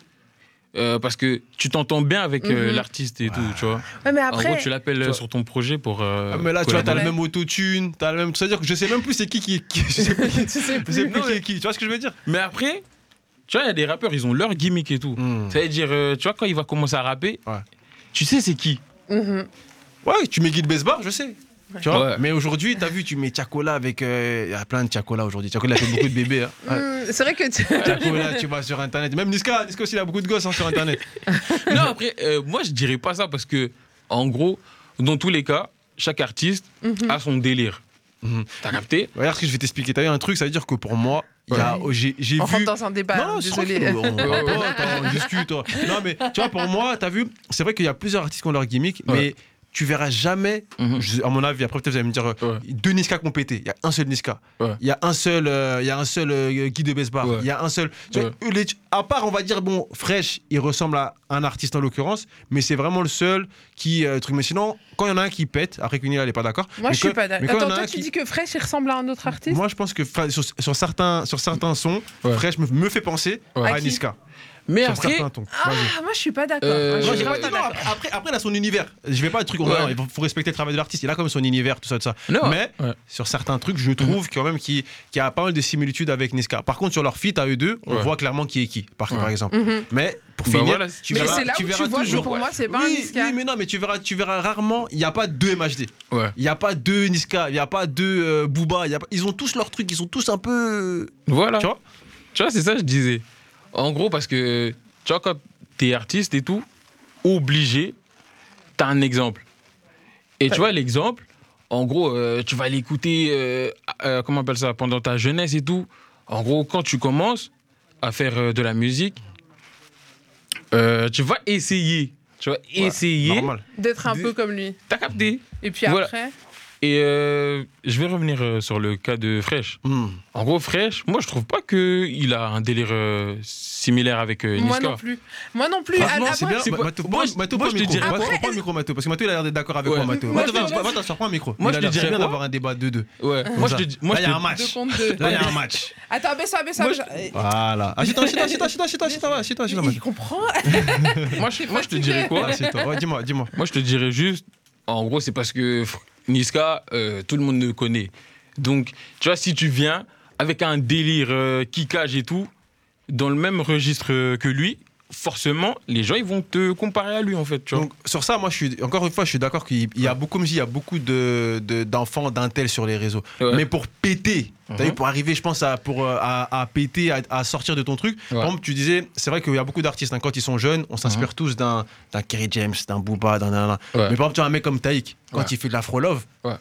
D: euh, parce que tu t'entends bien avec euh,
C: Mhm.
D: l'artiste et tout, tu vois.
C: Ouais, mais
D: en
C: après,
D: gros, tu l'appelles
A: tu
D: euh,
A: vois.
D: sur ton projet pour. euh,
A: Ah, mais là, tu vois, t'as le
D: collaborer.
A: même autotune, t'as le même. C'est-à-dire que je sais même plus c'est qui qui. qui- je sais plus,
C: tu sais
A: je sais
C: plus.
A: plus qui est qui. Tu vois ce que je veux dire
D: Mais après, tu vois, il y a des rappeurs, ils ont leur gimmick et tout. Ça veut dire, euh, tu vois, quand il va commencer à rapper,
A: Hmm. Ouais.
D: tu sais c'est qui.
C: Mhm.
A: Ouais, tu mets Guy de Besbar, je sais. Tu vois
D: Ouais.
A: Mais aujourd'hui, t'as vu, tu mets Tiakola avec. euh, Il y a plein de Tiakola aujourd'hui. Tiakola, il a fait beaucoup de bébés. Hein.
C: (laughs)
A: Ouais.
C: Mm, C'est vrai que tu.
A: Tiakola, tu vas sur Internet. Même Niska, Niska aussi, il a beaucoup de gosses hein, sur Internet.
D: Non, après, euh, moi, je dirais pas ça parce que, en gros, dans tous les cas, chaque artiste a son délire.
A: Mhm.
D: T'as capté
A: Regarde ce que je vais t'expliquer. T'as vu un truc, ça veut dire que pour moi, il y a-
C: Ouais.
A: j'ai j'ai
C: On rentre
A: vu.
C: dans un débat,
A: non,
C: hein,
A: c'est
C: désolé.
A: tranquille, on,
C: (laughs)
A: on- on- attends, on discute. toi. Non, mais tu vois, pour moi, t'as vu, c'est vrai qu'il y a plusieurs artistes qui ont leur gimmick,
D: Ouais.
A: mais tu verras jamais,
D: Mhm.
A: je- à mon avis, après peut-être vous allez me dire, euh,
D: Ouais.
A: deux Niska complétés. Il y a un seul Niska. Il
D: Ouais.
A: y a un seul, euh, il y a un seul euh, Guy de Besbar. Il
D: Ouais.
A: y a un seul. tu vois, eux, les- à part, on va dire, bon, Fresh, il ressemble à un artiste en l'occurrence, mais c'est vraiment le seul qui. euh, truc. Mais sinon, quand il y en a un qui pète, après qu'une elle n'est pas d'accord.
C: Moi,
A: mais
C: je suis
A: quand-
C: pas d'accord.
A: mais quand il y
C: Attends,
A: en a
C: toi,
A: un
C: tu
A: qui-
C: dis que Fresh, il ressemble à un autre artiste
A: moi, je pense que fra- sur, sur certains, sur certains sons,
D: Ouais.
A: Fresh me, me fait penser
D: Ouais.
A: à,
C: À qui
A: Niska.
D: Mais
A: Sur
D: après,
A: certains tons.
C: Ah, moi, je suis pas d'accord.
D: Euh,
C: Je
A: Non,
C: suis
A: j'ai
D: je-
A: pas dit
C: pas
A: non,
C: d'accord.
A: après, après, après, il a son univers. Je vais pas être truc.
D: Ouais.
A: non, Il faut, faut respecter le travail de l'artiste. Il a comme son univers, tout ça, tout ça.
D: non, Mm.
A: Mais
D: ouais.
A: sur certains trucs, je trouve quand même qu'il qu'il y a pas mal de similitudes avec Niska. Par contre, sur leur feat à eux deux, on
D: Ouais.
A: voit clairement qui est qui, par,
D: Ouais.
A: par exemple.
C: Mhm.
A: Mais pour
D: Bah
A: finir,
D: voilà,
A: tu
D: mais
A: verras,
C: c'est là où
A: tu
C: tu
A: verras
C: vois que
A: toujours.
C: pour moi, c'est pas un
A: oui,
C: Niska.
A: oui, mais non, mais tu verras, tu verras rarement. Il n'y a pas deux MHD.
D: ouais.
A: Il n'y a pas deux Niska. Il n'y a pas deux euh, Booba. il y a pas- Ils ont tous leurs trucs. Ils sont tous un peu. euh,
D: Voilà.
A: Tu vois
D: Tu vois, c'est ça que je disais. En gros, parce que, tu vois, quand t'es artiste et tout, obligé, t'as un exemple. Et tu vois, l'exemple, en gros, euh, tu vas l'écouter, euh, euh, comment on appelle ça, pendant ta jeunesse et tout. En gros, quand tu commences à faire euh, de la musique, euh, tu vas essayer. Tu vas essayer.
A: Normal.
C: D'être un
D: Des-
C: peu comme lui.
D: T'as capté.
C: Et puis
D: Voilà.
C: après.
D: Et euh, je vais revenir euh, sur le cas de Fresh.
A: Hmm.
D: En gros, Fresh, moi je trouve pas que il a un délire euh, similaire avec euh,
C: Moi
D: Niska.
C: non plus. Moi non plus.
A: Franchement,
C: Ah,
A: c'est
C: après-
A: bien.
D: c'est
A: Ma-
D: pas-
A: Mato,
D: moi,
A: prends-
D: je-
A: Mato,
D: moi,
A: prends
D: je
A: le
D: te
A: micro.
D: dirais-
A: Mato,
C: Après,
A: prends le micro, Mato, parce que Mato, il a l'air d'être d'accord avec
D: Ouais.
A: moi, Mato.
C: Moi,
A: Mato,
C: je te
A: vas-
C: dirais-
A: Mato, surprends le micro.
D: Moi,
A: Il a
D: je te
A: l'air
D: dirais
A: bien
D: quoi
A: d'avoir un débat de deux.
D: Ouais. Moi je te dis- moi
A: Là,
D: je
A: il y a un
D: te-
C: Deux
A: match.
C: contre deux.
A: Là, il y a un match.
C: Attends, abaisse-toi, abaisse-toi.
D: Moi, je-
C: abaisse-toi.
A: Voilà. Assieds-toi, assieds-toi, assieds-toi, assieds-toi, assieds-toi, assieds-toi, assieds-toi, assieds-toi,
C: Il comprend.
D: moi, je, moi, je
C: (laughs)
D: te
C: fatigué.
D: dirais
A: Mato.
D: quoi
A: Assieds-toi. Ouais, Dis-moi, dis-moi.
D: Moi je te dirais juste, en gros c'est parce que Fr- Niska, euh, tout le monde le connaît. Donc tu vois, si tu viens avec un délire euh, kickage et tout, dans le même registre euh, que lui, forcément, les gens, ils vont te comparer à lui, en fait. Tu vois.
A: Donc sur ça, moi, je suis encore une fois, je suis d'accord qu'il il y a beaucoup, comme je dis, il y a beaucoup de de- d'enfants d'intels sur les réseaux.
D: Ouais.
A: Mais pour péter, t'as
D: Mhm.
A: vu, pour arriver, je pense à pour euh, à, à péter, à, à sortir de ton truc. Par
D: Ouais. Mhm.
A: exemple, tu disais, c'est vrai qu'il y a beaucoup d'artistes hein, quand ils sont jeunes, on s'inspire tous d'un d'un Kerry James, d'un Booba, d'un d'un- d'un.
D: Ouais.
A: Mais par exemple, tu as un mec comme Taïk, quand
D: Ouais.
A: il fait de l'afro love.
D: Ouais.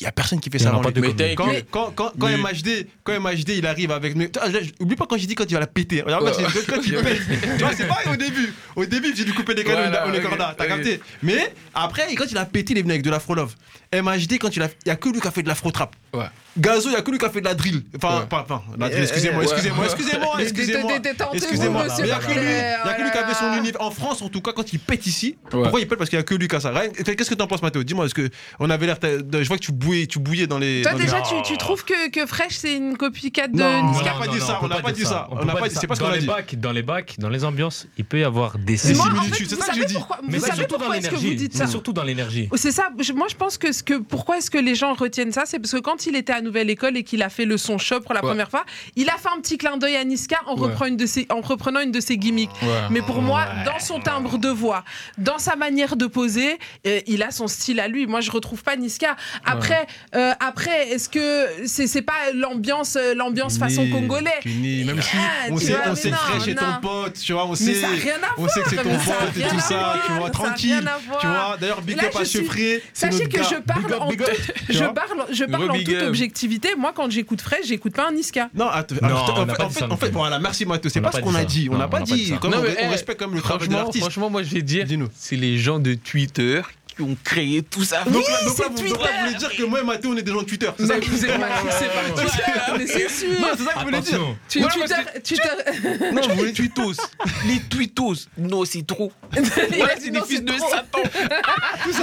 A: Il n'y a personne qui fait
D: Il y
A: ça
D: en a
A: avant
D: pas
A: lui.
D: deux
A: Mais
D: comme lui.
A: Taïk, quand,
C: Mais-
A: quand, quand, quand
D: Mais-
A: MHD, quand MHD, il arrive avec. mais- Putain, je- je- oublie pas quand j'ai dit quand il va la péter. Regarde quand,
D: Ouais.
A: il- quand
D: (laughs)
A: il pète. tu vois, c'est pareil au début. Au début, j'ai dû couper des canaux
D: Voilà,
A: au
D: ok,
A: Corda. T'as
D: ok.
A: capté. Mais après, quand il a pété, il est venu avec de l'afro love. MHD, quand il a. Il n'y a que lui qui a fait de l'afro trap.
D: Ouais.
A: Gazo, il n'y a que lui qui a fait de la drill. Enfin,
D: Ouais.
A: pas, enfin, la drill, excusez-moi,
D: ouais.
A: excusez-moi, excusez-moi,
C: Eh, Mais
A: excusez-moi.
C: détentez-vous,
A: Excusez-moi,
C: monsieur
A: mais il n'y a que lui, il y a que lui qui avait son
C: Voilà.
A: univers. En France, en tout cas, quand il pète ici,
D: Ouais.
A: pourquoi il pète Parce qu'il n'y a que lui qui a ça. Rien- Qu'est-ce que t'en penses, Mathéo Dis-moi, parce que on avait l'air. de- de- Je vois que tu bouillais, tu bouillais dans les.
C: Toi,
A: dans les-
C: déjà, tu, tu trouves que, que Fresh, c'est une copycat de
A: Non.
C: Niska
A: pas dit ça,
F: peut
A: on n'a pas dit ça, on
F: peut
A: n'a pas dit-
F: dire
A: c'est pas ce
F: Dans
A: qu'on a
F: les
A: dit.
F: bacs, dans les bacs, dans les ambiances, il peut y avoir des
A: Mais
C: Moi, en
F: similitudes.
C: fait,
A: similitude, c'est
C: vous
A: ça que
C: savez
A: j'ai dit.
C: pourquoi-
F: Mais
C: Vous
F: c'est
C: savez
F: surtout dans
C: pourquoi est-ce que vous
F: l'énergie.
C: dites
F: C'est
C: ça Oh,
F: surtout dans l'énergie.
C: C'est ça, je- moi je pense que, ce que pourquoi est-ce que les gens retiennent ça C'est parce que quand il était à Nouvelle École et qu'il a fait le son shop pour la
D: Ouais.
C: première fois, il a fait un petit clin d'œil à Niska en,
D: Ouais.
C: reprenant une de ses, en reprenant une de ses gimmicks.
D: Ouais.
C: Mais pour moi, dans son timbre de voix, dans sa manière de poser, euh, il a son style à lui. Moi, je retrouve pas Niska. Après, euh, après, est-ce que c'est c'est pas l'ambiance, euh, l'ambiance façon
A: Ni-
C: congolais
A: ni- Même si
C: Ah,
A: on
C: tu
A: sait,
C: vois,
A: on
C: mais
A: sait
C: non,
A: que Fresh est ton
C: non.
A: pote, tu vois, on
C: Mais
A: sait.
C: ça n'a rien à
A: On sait que c'est ton
C: mais ça a
A: pote et
C: rien
A: tout
C: à
A: ça,
C: voir,
A: tu vois,
C: ça a
A: tranquille.
C: rien à voir.
A: Tu vois, d'ailleurs, big
C: Là,
A: up
C: je
A: à
C: suis-
A: Fré. c'est
C: Sachez que
A: notre gars.
C: je
A: Big
C: parle
A: up,
C: en
A: big
C: toute-
A: up. Tu
C: je
A: vois
C: parle, je parle en
D: Big
C: toute
D: up.
C: objectivité. Moi, quand j'écoute Fresh, j'écoute pas un Niska.
A: Non, attends,
F: Non,
A: attends,
F: on
A: en
F: n'a
A: fait,
F: pas
A: en
F: dit
A: fait,
F: ça non
A: en fait,
F: plus.
A: voilà, merci Mathieu. C'est
F: On
A: pas
F: n'a
A: ce
F: pas
A: qu'on
F: dit
A: a
F: ça.
A: dit. On
F: Non,
A: n'a
F: on
A: pas
F: n'a pas dit
A: dit.
F: ça.
A: Comme
D: Non,
A: on-
D: mais,
A: on
D: eh,
A: respecte quand même le travail de
D: Franchement,
A: l'artiste.
D: franchement, moi j'ai dire,
A: Dis-nous.
D: c'est les gens de Twitter qui ont créé tout ça.
A: Donc là, donc
C: c'est
A: là, vous donc là, vous voulez dire que moi et Mathéo, on est des gens de Twitter. C'est ça
C: Mais
A: que
C: vous êtes mal fixé par
A: Ouais.
C: Twitter, mais c'est sûr.
A: Non, c'est ça que vous voulez dire.
F: Attention.
C: Tu-
D: Voilà,
C: Twitter, Twitter-
D: Non, vous les tweetos. les tweetos. Non,
A: (laughs)
D: c'est trop.
C: (laughs) Il a
D: Voilà,
C: dit
D: c'est
C: non,
D: des fils de
C: trop.
D: Satan.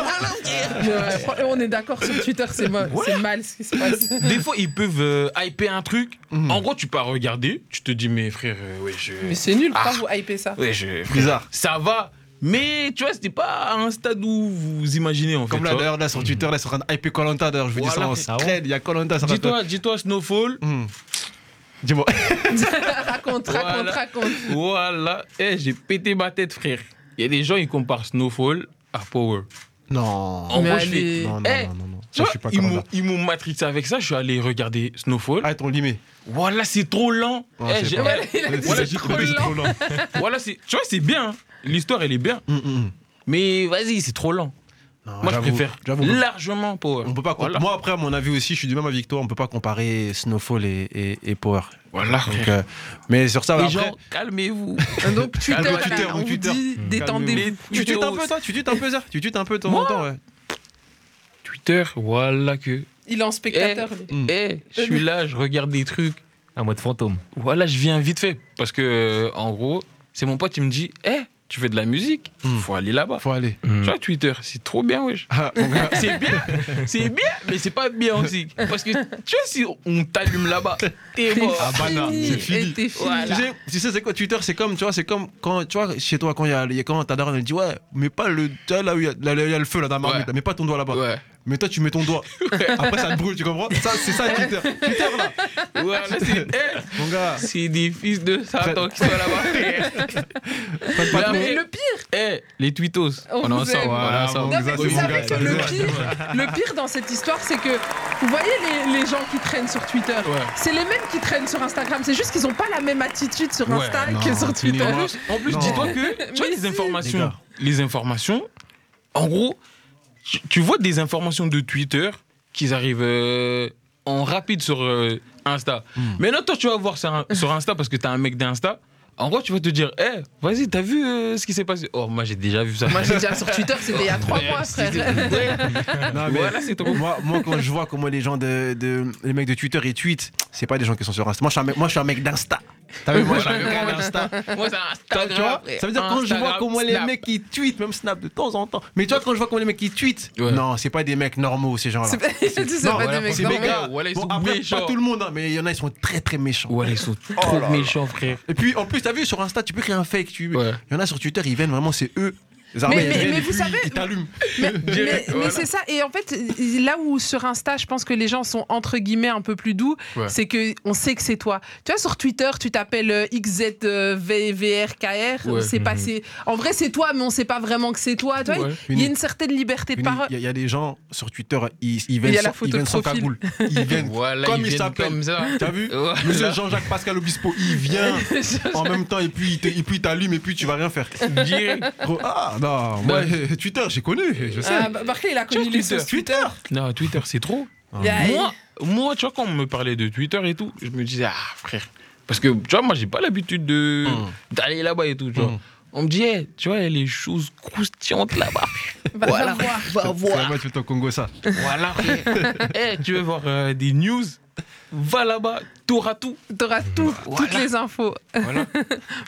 C: Ouais, fran- On est d'accord sur Twitter, c'est mo- c'est mal ce qui se passe.
D: Des fois, ils peuvent euh, hyper un truc.
A: Mhm.
D: En gros, tu pars regarder, tu te dis, mais frère, euh, ouais, je.
C: Mais c'est nul,
D: Ah.
C: pourquoi vous hypez ça
D: Ouais, je. frère,
A: Bizarre.
D: Ça va. Mais tu vois, c'était pas à un stade où vous imaginez en fait.
A: Comme là,
D: tu vois.
A: d'ailleurs, là, sur Twitter, là, c'est en train de hyper Colanta. D'ailleurs, je vous dis ça
D: Voilà.
A: en
F: Ah ouais
A: scred. Il y a Colanta.
D: Dis-toi, dis-toi, Snowfall.
A: Dis-moi.
C: Raconte, raconte,
D: Voilà.
C: raconte.
D: Voilà. Eh, j'ai pété ma tête, frère. Il y a des gens, ils comparent Snowfall à Power.
A: Non.
D: En
C: Mais
D: gros, je fais-
C: allez.
A: Non, non,
D: Eh,
A: non, non, non.
D: Tu
A: Ça, je
D: vois,
A: suis pas
D: ils
A: Colanta.
D: m'ont- ils m'ont matrixé avec ça. Je suis allé regarder Snowfall.
A: Ah, ton limé.
D: Voilà, c'est trop lent.
A: Ouais,
D: Eh,
A: Ah, c'est
D: j'ai-
A: pas
C: Voilà, il a dit
D: Voilà,
C: c'est
D: j'ai
C: trop
D: trouvé
C: lent.
D: (laughs) voilà, c'est. Tu vois, c'est bien. hein. L'histoire, elle est bien. Mais vas-y, c'est trop lent. Moi, je préfère
A: Ah, J'avoue.
D: largement Power.
A: On peut pas comp-
D: Voilà.
A: Moi, après, à mon avis aussi, je suis du même avis que toi. On peut pas comparer Snowfall et, et, et Power.
D: Voilà.
A: Donc, euh, mais sur ça,
D: Les
A: après.
D: gens,
A: (laughs)
D: calmez-vous.
C: Donc Twitter,
D: Ah, donc
C: là,
A: Twitter,
C: on vous
A: Twitter.
C: dit détendez-vous.
A: Tu tweets un peu, toi Tu tweets un peu, ça Tu tweets un peu de temps en temps, ouais.
D: Twitter, voilà que.
C: Il est en spectateur. lui.
A: Hmm.
D: Eh, je suis là, je regarde des trucs.
F: Un mode fantôme.
D: Voilà, je viens vite fait. Parce que, euh, en gros, c'est mon pote qui me dit Eh, tu fais de la musique
A: Mm.
D: Faut aller là-bas.
A: Faut aller.
D: Tu vois, Twitter, c'est trop bien, wesh.
A: Ah, mon
D: (laughs)
A: gars.
D: C'est bien, c'est bien, mais c'est pas bien aussi. Parce que, tu vois, si on t'allume là-bas, t'es mort.
A: Ah, bah, non,
C: Fini,
A: c'est fini.
C: et t'es fini.
D: Voilà.
A: Tu sais, tu sais c'est quoi Twitter C'est comme, tu vois, c'est comme quand, tu vois, chez toi, quand il y a, il y a- quand ta daronne, elle dit ouais, mais pas le, tu vois, là où il y, a- là, là, il y a le feu là, dans la marmite,
D: Ouais.
A: là, mets pas ton doigt là-bas.
D: Ouais.
A: Mais toi, tu mets ton doigt. Après, ça te brûle, tu comprends Ça, c'est ça Twitter. Twitter là,
D: Voilà, c'est eh,
A: mon gars.
D: c'est des fils de Satan qui
C: (laughs)
D: sont là-bas.
A: Pas de patron.
C: Mais le pire,
D: Eh, les tweetos,
C: On
D: on, est
C: vous
D: ensemble.
C: aime.
D: on est
A: Voilà,
D: ensemble.
A: bon.
C: Non, mais
A: Ça,
C: vous
A: c'est mon
C: savez
A: gars,
C: que
A: ça,
C: le
A: c'est mon
C: pire, le pire dans cette histoire, c'est que vous voyez les, les gens qui traînent sur Twitter,
D: Ouais.
C: c'est les mêmes qui traînent sur Instagram. C'est juste qu'ils n'ont pas la même attitude sur
D: Ouais,
C: Insta
A: non,
C: que sur
A: fini,
C: Twitter.
D: En plus, en plus
A: Non.
C: (laughs)
D: dis-toi que tu vois
C: Mais
D: les
C: si.
A: Les
D: informations,
A: gars.
D: les informations, en gros, tu, tu vois des informations de Twitter qui arrivent euh, en rapide sur euh, Insta.
A: Hmm.
D: Maintenant, toi, tu vas voir sur, un- sur Insta parce que t'as un mec d'Insta. En gros, tu vas te dire, eh, vas-y, t'as vu euh, ce qui s'est passé Oh, moi, j'ai déjà vu ça.
C: Moi, j'ai déjà sur Twitter, c'était il y a trois mois, (laughs) frère.
A: Non, mais
D: Voilà, c'est trop.
A: Moi, moi, quand je vois comment les gens de, de- les mecs de Twitter ils tweetent, c'est pas des gens qui sont sur Insta. Moi, je suis un mec, moi, je suis un mec d'Insta. T'as vu, moi, je suis un gars d'Insta.
D: Moi, c'est
A: T'as-
D: Instagram.
A: Tu vois
D: frère.
A: Ça veut dire quand je vois
D: Instagram,
A: comment les
D: Snap.
A: mecs ils tweetent, même Snap de temps en temps. Mais tu vois quand je vois comment les mecs ils tweetent,
D: Ouais.
A: non, c'est pas des mecs normaux ces gens-là.
C: C'est pas, il a dit, c'est
A: Non,
C: pas
A: voilà,
C: des mecs
A: c'est
D: non,
A: des
C: normaux.
A: gars.
D: voilà, ils
A: Bon,
D: sont
A: après,
D: méchants.
A: pas tout le monde, hein, mais il y en a ils sont très très méchants.
D: Ouais, ils sont
E: Oh
D: trop méchants, frère.
A: Et puis en plus, t'as vu sur Insta, tu peux créer un fake. Tu...
D: Ouais.
A: Il y en a sur Twitter, ils viennent vraiment, c'est eux. Les armées,
C: Mais-
A: ils
C: mais-
A: viennent,
C: mais
A: ils
C: vous
A: puent,
C: savez-
A: ils t'allument.
C: Mais, mais-
A: Direct,
C: mais
A: voilà.
C: c'est ça. Et en fait, là où sur Insta, je pense que les gens sont entre guillemets un peu plus doux,
D: Ouais.
C: c'est que on sait que c'est toi. Tu vois, sur Twitter, tu t'appelles euh, XZVVRKR.
D: Ouais.
A: Mhm.
C: C'est pas- c'est- En vrai, c'est toi, mais on sait pas vraiment que c'est toi. Tu vois,
D: Ouais.
C: Il y a une certaine liberté de
A: Une-
C: parole.
A: Il y, a- il y a des gens sur Twitter, ils, ils
C: Il y a
A: viennent,
C: la
A: sans,
C: photo
A: ils viennent
C: de
A: sans
C: profil.
A: cagoule.
C: (laughs)
A: Ils viennent
D: Voilà,
A: comme
D: ils
A: il
D: viennent
A: s'appelle. (laughs)
D: comme ça.
A: T'as vu
D: Voilà.
A: Monsieur Jean-Jacques Pascal Obispo, il vient
C: (laughs) Ah,
A: en même temps et puis il te- et puis il t'allume et puis tu vas rien faire.
D: Direct.
A: Gros, Ah non, moi (laughs) Twitter, j'ai connu, je sais.
C: Ah, bah, Barclay, il a connu les
D: Twitter.
C: sauces
A: Twitter
D: Non, Twitter, c'est trop.
C: Il y a-
D: Moi, moi, tu vois, quand on me parlait de Twitter et tout, je me disais, ah frère. Parce que, tu vois, moi, j'ai pas l'habitude de d'aller là-bas et tout, tu vois.
A: Mm.
D: On me dit, eh, tu vois, il y a les choses croustillantes là-bas.
C: Bah, va
D: voilà,
C: voir.
D: va
A: C'est la
D: voir.
A: mode Twitter Congo, ça.
D: (laughs) (laughs) Voilà, frère. Eh, tu veux voir euh, des news Va là-bas, t'auras tout.
C: T'auras tout-
D: Voilà.
C: toutes les infos. (laughs)
D: Voilà.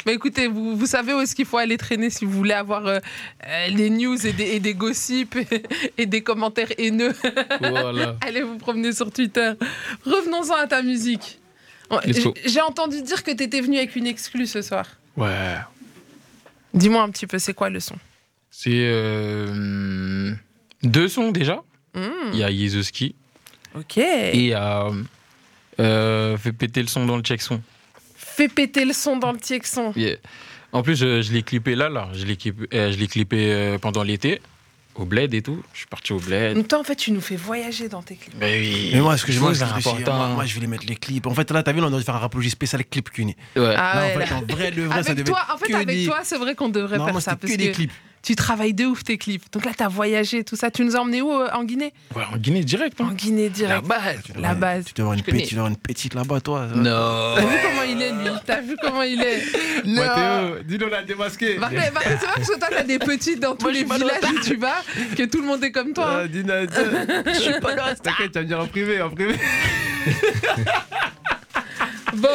C: Mais écoutez, vous, vous savez où est-ce qu'il faut aller traîner si vous voulez avoir euh, euh, les news et des, et des gossips (laughs) et des commentaires haineux. (laughs)
D: voilà.
C: Allez vous promener sur Twitter. Revenons-en à ta musique. Oh,
D: Let's
C: j-
D: go.
C: J'ai entendu dire que t'étais venu avec une exclue ce soir.
D: (laughs) Ouais.
C: Dis-moi un petit peu, c'est quoi le son
D: C'est euh, deux sons déjà.
C: Hmm,
D: Il y a Yezuski
C: Ok.
D: et il y a euh, Fais péter le son dans le check son.
C: Fais péter le son dans le Tiexon.
D: Yeah. En plus, je, je l'ai clippé là, là. Je l'ai clippé, euh, je l'ai clippé euh, pendant l'été, au bled et tout. Je suis parti au bled.
C: Donc toi, en fait, tu nous fais voyager dans tes clips.
D: Mais oui.
A: Mais moi, ce que j'aime, c'est
D: c'est
A: que je suis-
D: important.
A: moi, moi, je voulais mettre les clips. En fait, là, t'as vu, là, on aurait dû faire un rapologie spécial clip cuné.
D: Ouais.
C: Ah
A: Là,
C: ouais,
A: en fait,
C: là.
A: en vrai, le vrai, ça
C: Avec
A: devait
C: toi,
A: être
C: en fait,
A: que
C: avec
A: des-
C: toi, c'est vrai qu'on devrait
A: Non,
C: faire
A: moi,
C: ça.
A: c'était
C: Parce
A: que des
C: que
A: clips.
C: tu travailles de ouf tes clips. Donc là, t'as voyagé, tout ça. Tu nous as emmenés où euh, En Guinée
D: Ouais, en Guinée direct.
C: En
D: hein.
C: Guinée direct.
D: base.
A: Tu
C: La
A: devrais-
C: base.
A: Tu dois avoir une
C: Je connais.
A: petite- tu dois avoir une petite là-bas, toi. ça.
D: Non.
C: T'as vu comment il est, lui T'as vu comment il est
A: (laughs) Mathéo, dis-le, on l'a démasqué.
C: Barclay, Barclay, c'est pas parce que toi t'as des petites dans tous les villages où tu vas que tout le monde est comme toi. hein.
A: Ah, dis na- Je suis pas là. T'inquiète, tu vas me dire en privé, en privé.
C: (laughs) Bon,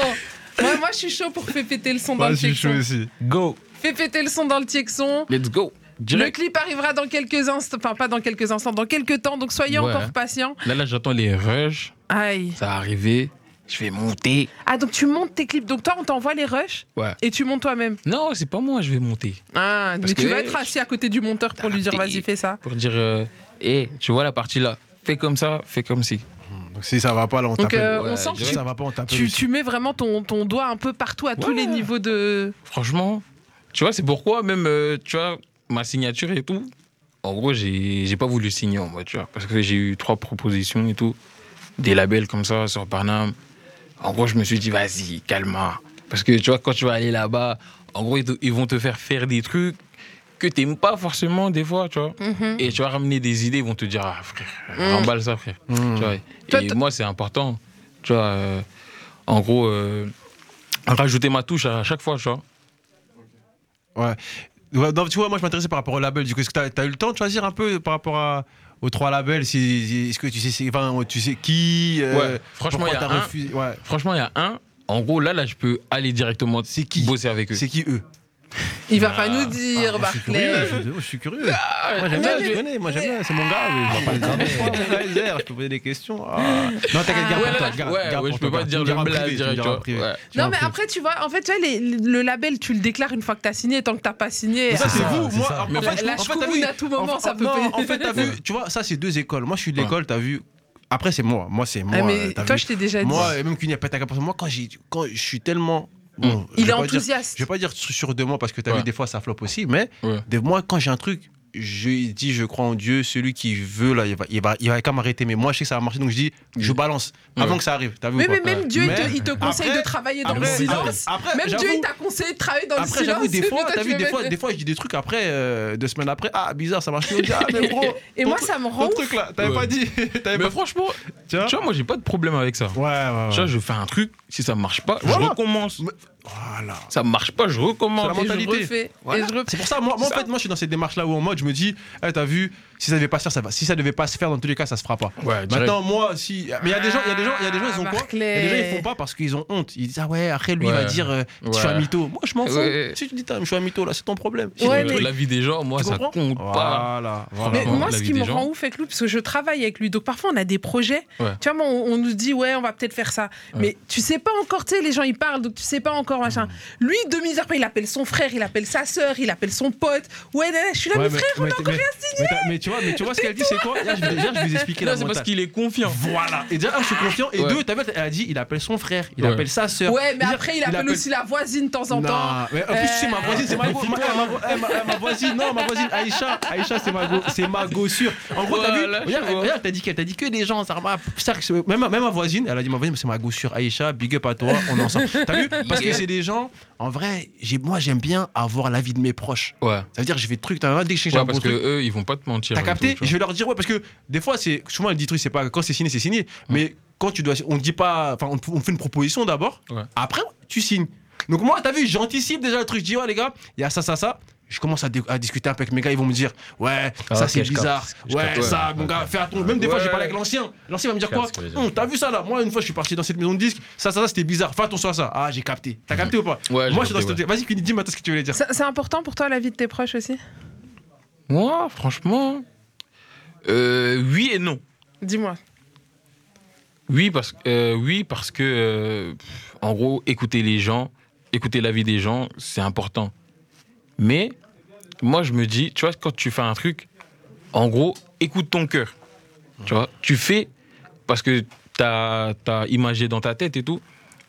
C: moi, moi je suis chaud pour faire péter le son dans
A: Moi,
C: le
A: je suis chaud
C: Tiexon.
A: aussi.
D: Go.
C: Fais péter le son dans le Tiexon.
D: Let's go.
C: Le
D: Direct.
C: clip arrivera dans quelques instants, enfin pas dans quelques instants, dans quelques temps, donc soyez
D: Ouais.
C: encore patients.
D: Là, là, j'entends les rushs.
C: Aïe.
D: Ça va arriver. Je vais monter.
C: Ah, donc tu montes tes clips, donc toi on t'envoie les rushs
D: Ouais.
C: et tu montes toi-même.
D: Non, c'est pas moi, je vais monter.
C: Ah,
D: Parce
C: mais tu
D: que-
C: vas être assis à côté du monteur pour
A: Ah,
C: lui dire vas-y fais ça.
D: Pour dire, euh, hé, tu vois la partie là. Fais comme ça, fais comme si.
A: Donc, si ça va pas, là, on
C: Donc
A: t'appelle.
C: euh, on
D: Ouais,
C: sent que
A: Si
C: tu,
A: ça va pas, on t'appelle.
C: tu,
A: aussi.
C: tu mets vraiment ton, ton doigt un peu partout à tous
D: Ouais.
C: les niveaux de...
D: Franchement, tu vois, c'est pourquoi même, euh, tu vois, ma signature et tout. En gros, j'ai j'ai pas voulu signer en mode, tu vois, parce que j'ai eu trois propositions et tout. Des labels comme ça sur Barnum. En gros, je me suis dit, vas-y, calme Parce que tu vois, quand tu vas aller là-bas, en gros, ils, te- ils vont te faire faire des trucs que t'aimes pas forcément des fois, tu vois.
C: Mhm.
D: Et tu vas ramener des idées, ils vont te dire, ah frère,
C: Mm.
D: remballe ça, frère. Tu vois,
C: Toi,
D: et
C: t-
D: moi, c'est important. Tu vois, euh, en gros, euh, rajouter ma touche à chaque fois, tu vois.
A: Ouais. Ouais, non, tu vois, moi je m'intéressais par rapport au label. Du coup, est-ce que t'as as eu le temps de choisir un peu par rapport à, aux trois labels si, si- Est-ce que tu sais, c'est- enfin, tu sais qui euh,
D: Ouais, franchement,
A: pourquoi
D: il y a
A: t'as
D: un.
A: refusé Ouais.
D: Franchement, il y a un. En gros, là, là, je peux aller directement
A: C'est qui
D: bosser avec eux.
A: C'est qui eux
C: Il
A: Ah,
C: va pas nous dire, Barclay.
A: curieux, je suis curieux. Moi j'aime bien, je connais, moi j'aime bien, c'est mon gars. mais je vais pas le dire. Oh, mon gars, il gère, je peux poser des questions. Ah. Non, t'inquiète, garde
D: Ouais,
A: pour
D: là,
A: toi,
D: là,
A: garde-
D: ouais,
A: garde
D: ouais,
A: pour
D: je peux
A: toi,
D: pas te
A: garde.
D: dire
A: Tu
D: le
A: me diras en
D: blab
A: privé, tu me
D: direct.
A: diras
D: tu
A: en
D: vois.
A: privé.
D: Ouais.
A: Tu
C: Non,
A: me
C: mais
A: diras en privé.
C: après, tu vois, en fait, tu vois, les- le label, tu le déclares une fois que t'as signé, tant que t'as pas signé.
A: Mais ça,
C: ah,
A: c'est
F: ça,
A: vous,
F: c'est
A: moi.
F: ça.
A: en fait,
C: La- la
A: en fait, t'as vu-
C: choucoune à tout moment,
A: en-
C: ça peut
A: non,
C: pas-
A: En fait, t'as vu, tu vois, ça, c'est deux écoles. Moi, je suis de l'école, t'as vu. Après, c'est moi. Moi, c'est moi.
C: (laughs) Ah,
A: euh,
C: mais
A: t'as
C: toi,
A: vu.
C: je t'ai déjà dit.
A: Moi, et même qu'une n'y a pas ta moi, quand, j'ai- quand je suis tellement. bon, je
C: Il
A: vais
C: est
A: pas dire-
C: enthousiaste.
A: je vais pas dire sûr de moi parce que tu as
D: Mm. Ouais.
A: vu, des fois, ça floppe aussi, mais
D: Ouais.
A: de moi, quand j'ai un truc, je dis, je crois en Dieu, celui qui veut, là, il va, il va, il va quand même arrêter. Mais moi, je sais que ça va marcher, donc je dis, je balance avant
D: Ouais.
A: que ça arrive. T'as vu
C: Mais,
A: ou pas
C: mais même Dieu, il te-
A: Mais
C: il te conseille
A: après-
C: de travailler dans
A: après-
C: le silence.
A: après-
C: même Dieu, il
A: j'avoue-
C: t'a conseillé de travailler dans
A: après,
C: le silence.
A: j'avoue, des fois,
C: Mais (laughs) toi,
A: t'as
C: tu
A: vu,
C: veux
A: des fois,
C: mettre-
A: des fois, je dis des trucs après, euh, deux semaines après, ah, bizarre, ça marche. plus. On dit, ah,
C: (laughs)
A: mais gros,
C: Et moi, ça me rend ouf.
A: truc là, t'avais
D: Ouais.
A: pas dit. (laughs) T'avais
D: Mais
A: pas
D: franchement,
A: Tu vois
D: tu vois, moi, j'ai pas de problème avec ça.
A: Hein Ouais, ouais, ouais.
D: Tu vois, je fais un truc, si ça marche pas, je
A: Voilà.
D: recommence.
A: Voilà.
D: Ça marche pas, je recommence.
A: C'est
C: Et
A: la
C: je
A: mentalité.
C: refais. Et je refais.
A: C'est pour ça, moi, moi, en fait, moi, je suis dans cette démarche-là où en mode, je me dis, eh, t'as vu, si ça devait pas se faire, ça va. Si ça devait pas se faire, dans tous les cas, ça se fera pas.
D: Ouais, direct.
A: Maintenant, moi, si. Mais il y a des gens, il y a des gens, il y a des gens, ils ont
C: Ah,
A: quoi Il y a des gens, ils font pas parce qu'ils ont honte. Ils disent, ah ouais, après, lui, il va
D: Ouais.
A: dire, euh,
D: Ouais.
A: je suis un mytho. Moi, je m'en fous.
D: Ouais.
A: Si tu dis, Tain, je suis un mytho, là, c'est ton problème. Si
D: Sur
C: Ouais,
A: tu-
D: le-
C: mais-
D: La vie des gens, moi,
A: tu
D: ça
A: comprends
D: compte pas.
A: Voilà.
C: Mais
A: voilà.
D: Franchement,
C: moi,
D: la
C: ce
D: vie
C: qui
D: des
C: me
D: gens.
C: rend ouf avec lui, parce que je travaille avec lui, donc parfois on a des projets.
D: Ouais.
C: Tu vois, moi, on, on nous dit, ouais, on va peut-être faire ça. Mais tu sais pas encore, tu sais, les gens ils parlent, donc tu sais pas encore, machin.
A: Hmm.
C: Lui, de misère, il appelle son frère, il appelle sa sœur, il appelle son pote. Ouais, je suis là,
A: Ouais,
C: mais frère, on a encore
A: mais- mais t'as- mais tu vois, mais tu vois ce qu'elle dit, c'est quoi Là, je vais déjà, je vais vous expliquer
D: Là,
A: la
D: c'est parce
A: montagne.
D: qu'il est confiant.
A: Voilà. Ah, Et déjà, un, je suis confiant. Et
D: Ouais.
A: deux, t'as vu, elle a dit, il appelle son frère, il
D: Ouais.
A: appelle sa sœur.
C: Ouais, mais
A: Il-
C: après, il appelle, aussi la voisine de temps en
A: Non,
C: temps.
A: mais en plus,
C: Euh,
A: c'est ma voisine, c'est ma go. Ma, eh, ma vo- eh, ma- eh, ma voisine, non, ma voisine, Aïcha, Aïcha, c'est ma go, c'est ma go sûre. En gros, t'as vu
D: Voilà,
A: Regarde,
D: je vois.
A: regarde, t'as dit qu'elle, t'as dit que des gens, ça m'a- ça, c'est- même, même ma voisine, elle a dit ma voisine, c'est ma go sûre, Aïcha, big up à toi, on est ensemble. T'as
D: (laughs)
A: vu Parce que c'est des gens, en vrai, j'ai, moi, j'aime bien avoir l'avis de mes proches.
D: Ouais.
A: Ça veut dire, je vais truc, t'as vu, dès que je sais que j'ai
D: Ouais,
A: un bon
D: parce que
A: truc,
D: eux, ils vont pas te mentir.
A: T'as
D: et
A: capté
D: tout, tu
A: Je vais leur dire ouais parce que des fois c'est souvent elle dit truc c'est pas quand c'est signé c'est signé mais quand tu dois on te dit pas enfin on, on fait une proposition d'abord
D: Ouais.
A: après tu signes. Donc moi t'as vu j'anticipe déjà le truc je dis ouais les gars il y a ça ça ça je commence à, dé- à discuter un peu avec mes gars ils vont me dire ouais
F: Ah,
A: ça
F: ok,
A: c'est
F: je
A: bizarre
F: capte, je
A: ouais
F: capte.
A: ça
F: Ouais,
A: mon
F: ok.
A: gars fais attention même des fois
D: Ouais.
A: j'ai parlé avec l'ancien l'ancien va me dire
F: Je
A: quoi
F: capte ce que je veux dire.
A: Hum, t'as vu ça là moi une fois je suis parti dans cette maison de disque ça ça ça c'était bizarre fais attention à ça ah j'ai capté t'as capté ou pas
D: Ouais, j'ai
A: moi je suis dans
D: capté,
A: cette vas-y Kuni, dis maintenant ce que tu voulais dire
C: ça- C'est important pour toi, la vie de tes proches aussi
D: vois. Moi, franchement, euh, oui et non.
C: Dis-moi.
D: Oui, parce, euh, oui, parce que, euh, pff, en gros, écouter les gens, écouter l'avis des gens, c'est important. Mais, moi, je me dis, tu vois, quand tu fais un truc, en gros, écoute ton cœur. Tu vois, tu fais, parce que t'as as imagé dans ta tête et tout,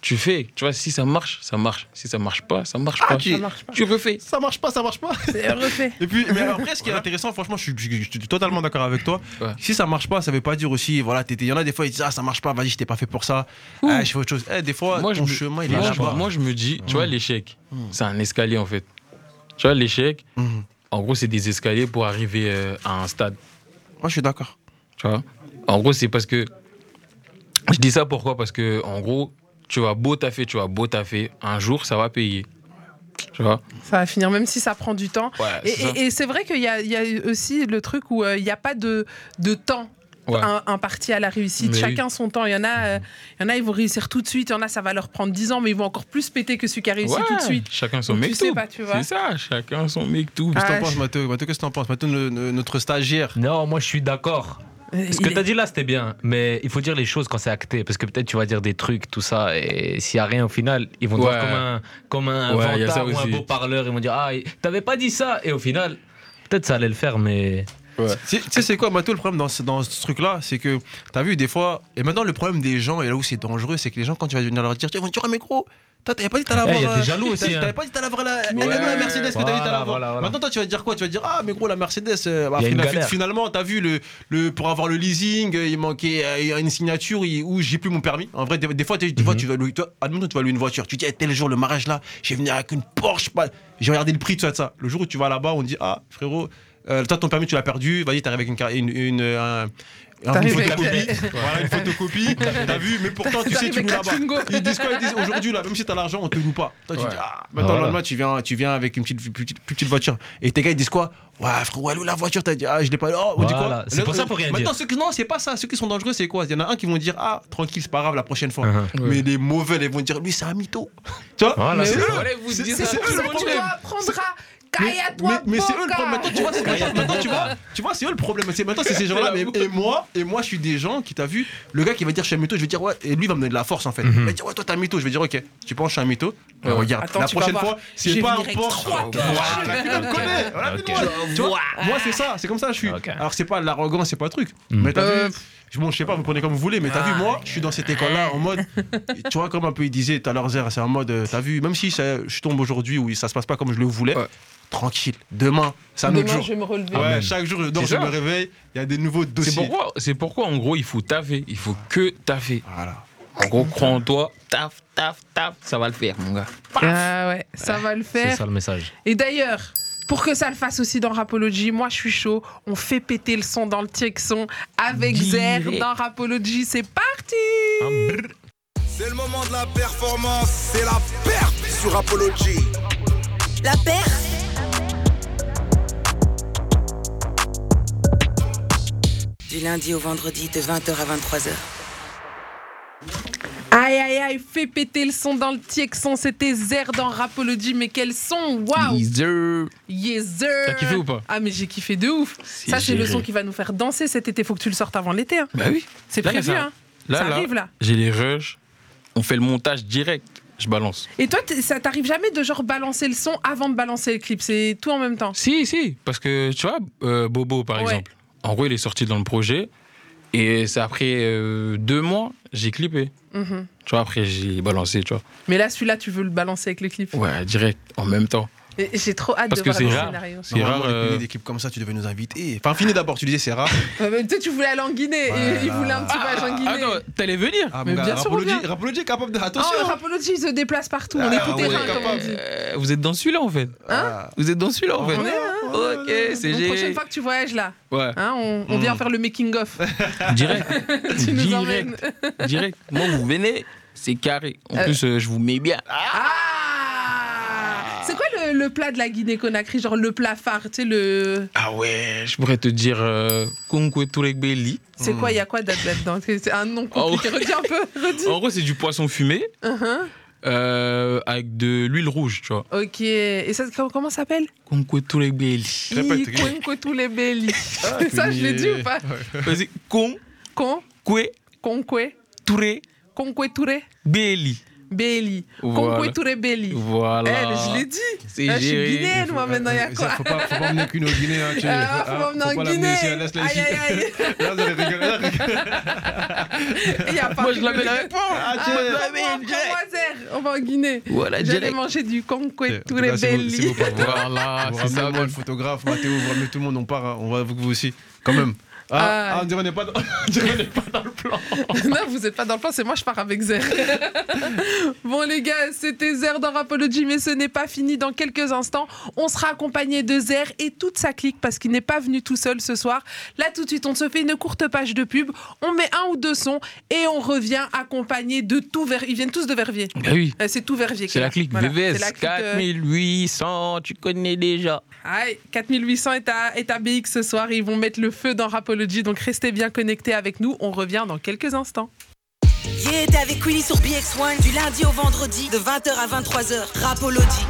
D: tu fais. Tu vois, si ça marche, ça marche. Si ça marche pas, ça marche pas.
A: Ah, tu-
C: Ça marche pas.
D: tu refais.
A: ça marche pas ça marche pas
C: C'est refait.
A: Et puis, (laughs) mais après, ce qui est intéressant, franchement, je suis, je- je suis totalement d'accord avec toi.
D: Ouais.
A: Si ça marche pas, ça veut pas dire aussi, voilà, t'étais- il y en a des fois, ils disent, ah, ça marche pas, vas-y, je t'ai pas fait pour ça. Ah, je fais autre chose. Eh, des fois,
D: Moi, je
A: ton
D: me-
A: chemin, il est Hmm.
D: moi,
A: là
D: je- Moi, je me dis, tu vois, l'échec, c'est un escalier en fait. Tu vois, l'échec,
A: Mhm.
D: en gros, c'est des escaliers pour arriver euh, à un stade.
A: Moi, je suis d'accord.
D: Tu vois En gros, c'est parce que. Je dis ça pourquoi Parce que, en gros, tu vas beau taffer, tu vas beau taffer. Un jour, ça va payer. Tu vois
C: Ça va finir, même si ça prend du temps.
D: Ouais,
A: Ah,
C: Et,
D: c'est ça.
C: et- et c'est vrai qu'il y a, il y a aussi le truc où euh, il n'y a pas de, de temps
D: Ouais.
C: un, imparti à la réussite.
D: Mais
C: Chacun son temps. Il y, en a, euh, il y en a, ils vont réussir tout de suite. Il y en a, ça va leur prendre 10 ans, mais ils vont encore plus péter que celui qui a réussi
D: Ouais,
C: tout de suite.
D: Chacun son
C: Donc, tu
D: mec
C: sais pas, tu vois.
D: C'est ça, chacun son mec tout.
A: Qu'est-ce que
C: Ah,
A: t'en penses,
C: je-
A: Mathieu Mathieu, qu'est-ce que t'en penses Mathieu, le- le- notre stagiaire.
F: Non, moi je suis d'accord.
C: Euh,
F: Ce
C: il
F: que
C: est-
F: t'as dit là, c'était bien, mais il faut dire les choses quand c'est acté, parce que peut-être tu vas dire des trucs, tout ça, et s'il y a rien au final, ils vont te
D: Ouais.
F: voir comme un, comme un
D: Ouais, y a ça
F: vantard ou un
D: aussi.
F: beau parleur, ils vont dire ah t'avais pas dit ça, et au final, peut-être ça allait le faire, mais
A: Tu sais- tu sais, c'est quoi, Mathieu, le problème dans ce, dans ce truc-là C'est que, t'as vu, des fois, et maintenant, le problème des gens, et là où c'est dangereux, c'est que les gens, quand tu vas venir leur dire, tu vas dire, Ah, mais gros, toi, t'avais pas dit que t'allais
F: Eh,
A: avoir.
F: y a des
A: euh,
F: jaloux aussi,
A: t'avais-
F: hein.
A: T'avais pas dit que t'allais avoir la, elle
C: Ouais.
A: est dans la Mercedes que t'avais dit que t'allais
F: Voilà,
A: avoir.
F: voilà, voilà.
A: Maintenant, toi, tu vas dire quoi Tu vas dire, ah, mais gros, la Mercedes, euh, bah,
F: Y a une
A: fina-
F: galère.
A: finalement, t'as vu, le, le, pour avoir le leasing, euh, il manquait euh, une signature il- ou j'ai plus mon permis. En vrai, des, des fois, t'es- des
F: Mhm.
A: fois, tu vas louer, toi, admettons, tu vas louer une voiture. Tu dis, Eh, tel jour, le mariage là, j'ai venu avec une Porsche. pas- J'ai regardé le prix, tout ça, tout ça. Le jour où tu vas là-bas, on dit, ah, frérot, euh, toi, ton permis, tu l'as perdu. Vas-y, t'arrives avec une. car- une, une, euh, un- une
C: T'arrives avec-
A: photocopie, voilà une
C: (laughs)
A: photocopie, t'as vu, mais pourtant tu sais,
C: T'arrives
A: tu loues
C: avec
A: là-bas.
C: un Twingo.
A: Ils disent quoi Ils disent aujourd'hui, là, même si t'as l'argent, on te loue pas. Toi, tu
D: Ouais.
A: dis, ah, maintenant, le
F: Voilà.
A: lendemain, tu viens, tu viens avec une petite, petite, petite voiture. Et tes gars, ils disent quoi Ouais, frérot, elle est où la voiture T'as dit, ah, je l'ai pas. Oh, on dit
F: Voilà,
A: quoi
F: c'est
A: Le-
F: pour ça, faut rien
A: Maintenant,
F: dire.
A: ceux qui, non, c'est pas ça. Ceux qui sont dangereux, c'est quoi Il y en a un qui vont dire, ah, tranquille, c'est pas grave, la prochaine fois.
F: Uh-huh.
A: Mais
D: Ouais.
A: les mauvais, ils vont dire, lui, c'est un mytho. (laughs) Tu vois
F: voilà.
A: Mais
F: c'est
A: eux,
F: ça.
D: Allez vous
A: C'est-
D: dire
A: c'est-
D: ça,
A: c'est
D: tout
A: eux
D: le
A: le
D: monde.
A: problème.
C: apprendra.
A: Mais, mais,
C: Caille-toi,
A: mais c'est eux
C: Boca.
A: le
C: Ah,
A: problème. Maintenant, tu vois, c'est, maintenant, tu vois, tu vois, c'est eux le problème. C'est, maintenant, c'est ces gens-là. mais- et moi, et moi, je suis des gens qui t'as vu. Le gars qui va dire je suis un mytho, je vais dire ouais. Et lui va me donner de la force en fait. Il va dire ouais, toi t'es un mytho. Je vais dire ok, tu penses que je suis un mytho. Mais regarde,
C: Attends,
A: la
C: tu vas
A: prochaine
C: voir.
A: fois,
C: Je
A: c'est
C: vais
A: pas
C: venir
A: un
C: avec
A: Porsche.
C: trois
A: Voilà, tu me connais. Voilà,
F: Ok.
A: tu vois, tu vois, moi c'est ça, c'est comme ça je suis.
F: Ok.
A: Alors c'est pas l'arrogance, c'est pas un truc.
D: Hmm.
A: Mais t'as
C: Euh,
A: vu. Bon, je sais pas, vous prenez comme vous voulez, mais t'as vu, moi, je suis dans cette école-là
C: (laughs)
A: en mode. Tu vois, comme un peu il disait tout à l'heure, Zer, c'est en mode, euh, t'as vu, même si ça- je tombe aujourd'hui où ça se passe pas comme je le voulais,
D: Ouais.
A: tranquille, demain, c'est un autre
C: Demain,
A: jour.
C: je vais me relever.
A: Ouais, chaque jour, je dors,
D: C'est
A: je
D: ça.
A: me réveille, il y a des nouveaux
D: C'est
A: dossiers.
D: pourquoi, c'est pourquoi, en gros, il faut taffer. Il faut que taffer.
A: Voilà.
D: En gros, crois en toi, taf, taf, taf, ça va le faire, mon gars.
C: Ah ouais, ça va le
F: C'est
C: faire.
F: ça le message.
C: Et d'ailleurs, pour que ça le fasse aussi dans Rapology, moi je suis chaud. On fait péter le son dans le Tiexon avec Zer dans Rapology. C'est parti
E: C'est le moment de la performance, c'est la perte sur Apology.
B: La paire Du lundi au vendredi de 20h à 23h.
C: Aïe aïe aïe, fait péter le son dans le Tiexon. C'était Zer dans Rapology, mais quel son Waouh
D: Easer.
C: Yes Zer
D: T'as kiffé ou pas
C: Ah mais j'ai kiffé de ouf Ça c'est le
D: géré.
C: son qui va nous faire danser cet été. Faut que tu le sortes avant l'été. hein.
D: Bah oui.
C: C'est
D: Là,
C: prévu,
D: ça-
C: hein
D: Là,
C: Ça
D: là,
C: arrive là.
D: J'ai les rushs. On fait le montage direct. je balance.
C: Et toi, t'es- ça t'arrive jamais de genre balancer le son avant de balancer le clip C'est tout en même temps.
D: Si, si, parce que tu vois, euh, Bobo par
C: Ouais.
D: exemple, en gros il est sorti dans le projet et c'est après euh, deux mois, j'ai clippé.
C: Mhm.
D: Tu vois, après j'ai balancé, tu vois.
C: Mais là, celui-là, tu veux le balancer avec le clip.
D: Ouais, direct, en même temps.
C: Et J'ai trop hâte
D: Parce
C: de
D: que
C: voir le
D: c'est rare.
C: scénario. Ah,
D: C'est rare.
A: Normalement,
D: euh,
A: Une équipe comme ça, tu devais nous inviter. Enfin, finis d'abord, tu disais c'est rare.
C: Ouais, bah, mais tu sais, tu voulais aller en Guinée et
A: Voilà.
C: il voulait un petit voyage en Guinée.
D: attends, t'allais venir
A: Ah,
C: Mais
A: mon
C: bien
A: gars,
C: sûr,
A: Rapology,
C: on vient.
A: Rapology est capable de.
C: Oh,
A: Attention
C: Rapology, il se déplace partout. on
A: Ah,
C: est tout
A: ouais,
C: terrain, comme on dit.
D: Euh, Vous êtes dans celui-là en fait.
A: Ah.
D: Vous êtes dans celui-là en fait.
C: On est là,
A: hein.
D: Ok, c'est
C: La prochaine
D: génial.
C: fois que tu voyages là,
D: Ouais,
C: hein, on, on vient faire le making-of.
D: (laughs) direct.
C: (laughs) tu nous
D: direct,
C: emmènes.
D: direct. Moi, vous venez, c'est carré. En plus, euh, je vous mets bien.
C: Ah C'est quoi le, le plat de la Guinée-Conakry Genre le plat phare, tu sais, le.
D: Ah ouais, je pourrais te dire euh, Kunku
C: (laughs)
D: Turekbeli.
C: C'est quoi, il y a quoi d'être là-dedans C'est c'est un nom compliqué. Redis un peu,
D: (laughs)
C: redis.
D: En gros, c'est du poisson fumé
C: Uh-huh.
D: euh, avec de l'huile rouge, tu vois.
C: Ok. Et ça, comment- comment ça s'appelle
D: Kunku Turekbeli.
A: Répète,
C: Ikonko tous les belli. (laughs) Ça, je l'ai dit ou pas
D: Vas-y, Kunku
C: Con, conque,
D: Turekbeli.
C: conque touré, belli.
D: Voilà.
C: Conque touré belli.
D: Voilà.
C: Elle, Eh, je l'ai dit.
D: C'est
C: Ah, je suis
D: géré.
C: guinéenne, moi, maintenant, il y a
A: Euh, ça,
C: quoi
A: Faut pas, faut pas emmener qu'une au Guinée. Hein, tu-
C: Ah,
A: ah,
C: faut m'emmener
A: pas
C: en
A: l'amener
C: Guinée.
A: ici,
C: Aïe,
A: laisse-la ici.
C: aïe, aïe.
A: Là, vous allez rigoler, là, rigoler.
C: Il y a pas
D: Moi,
C: que
D: je
C: le-
D: l'avais la réponse.
A: Ah,
C: Ah,
A: tiens.
C: moi, je prends Croisière, on va en Guinée.
D: Voilà,
C: J'allais
D: direct.
C: manger du conque tous les
A: Là, c'est vous- c'est vous,
C: belli.
A: pas vous.
D: Voilà, (laughs)
A: vous
D: c'est
A: ramenez
D: ça.
A: moi, le photographe, Mathéo, vous ramenez tout le monde, on part, hein. on va avec vous aussi, quand même.
C: Ah.
A: Ah, ah, on dirait on n'est pas, dans- on dirait on n'est pas dans le plan.
C: (laughs) Non, vous n'êtes pas dans le plan, c'est moi, je pars avec Zer. (laughs) bon, les gars, c'était Zer dans Rapology, mais ce n'est pas fini. Dans quelques instants, on sera accompagné de Zer et toute sa clique parce qu'il n'est pas venu tout seul ce soir. Là, tout de suite, on se fait une courte page de pub, on met un ou deux sons et on revient accompagné de tout Verviers. Ils viennent tous de Verviers.
D: Bah oui.
C: Euh, C'est tout Verviers. qui
D: C'est
C: est
D: la
C: là.
D: clique
C: Voilà, c'est la
D: VVS,
C: clique, euh,
D: 4800, tu connais déjà.
C: Aïe, 4800 est à, est à BX ce soir et ils vont mettre le feu dans Rapology. Donc restez bien connectés avec nous. On revient dans quelques instants.
B: Yeah, t'es avec Queenie sur BX1 du lundi au vendredi de 20h à 23h. Rapology.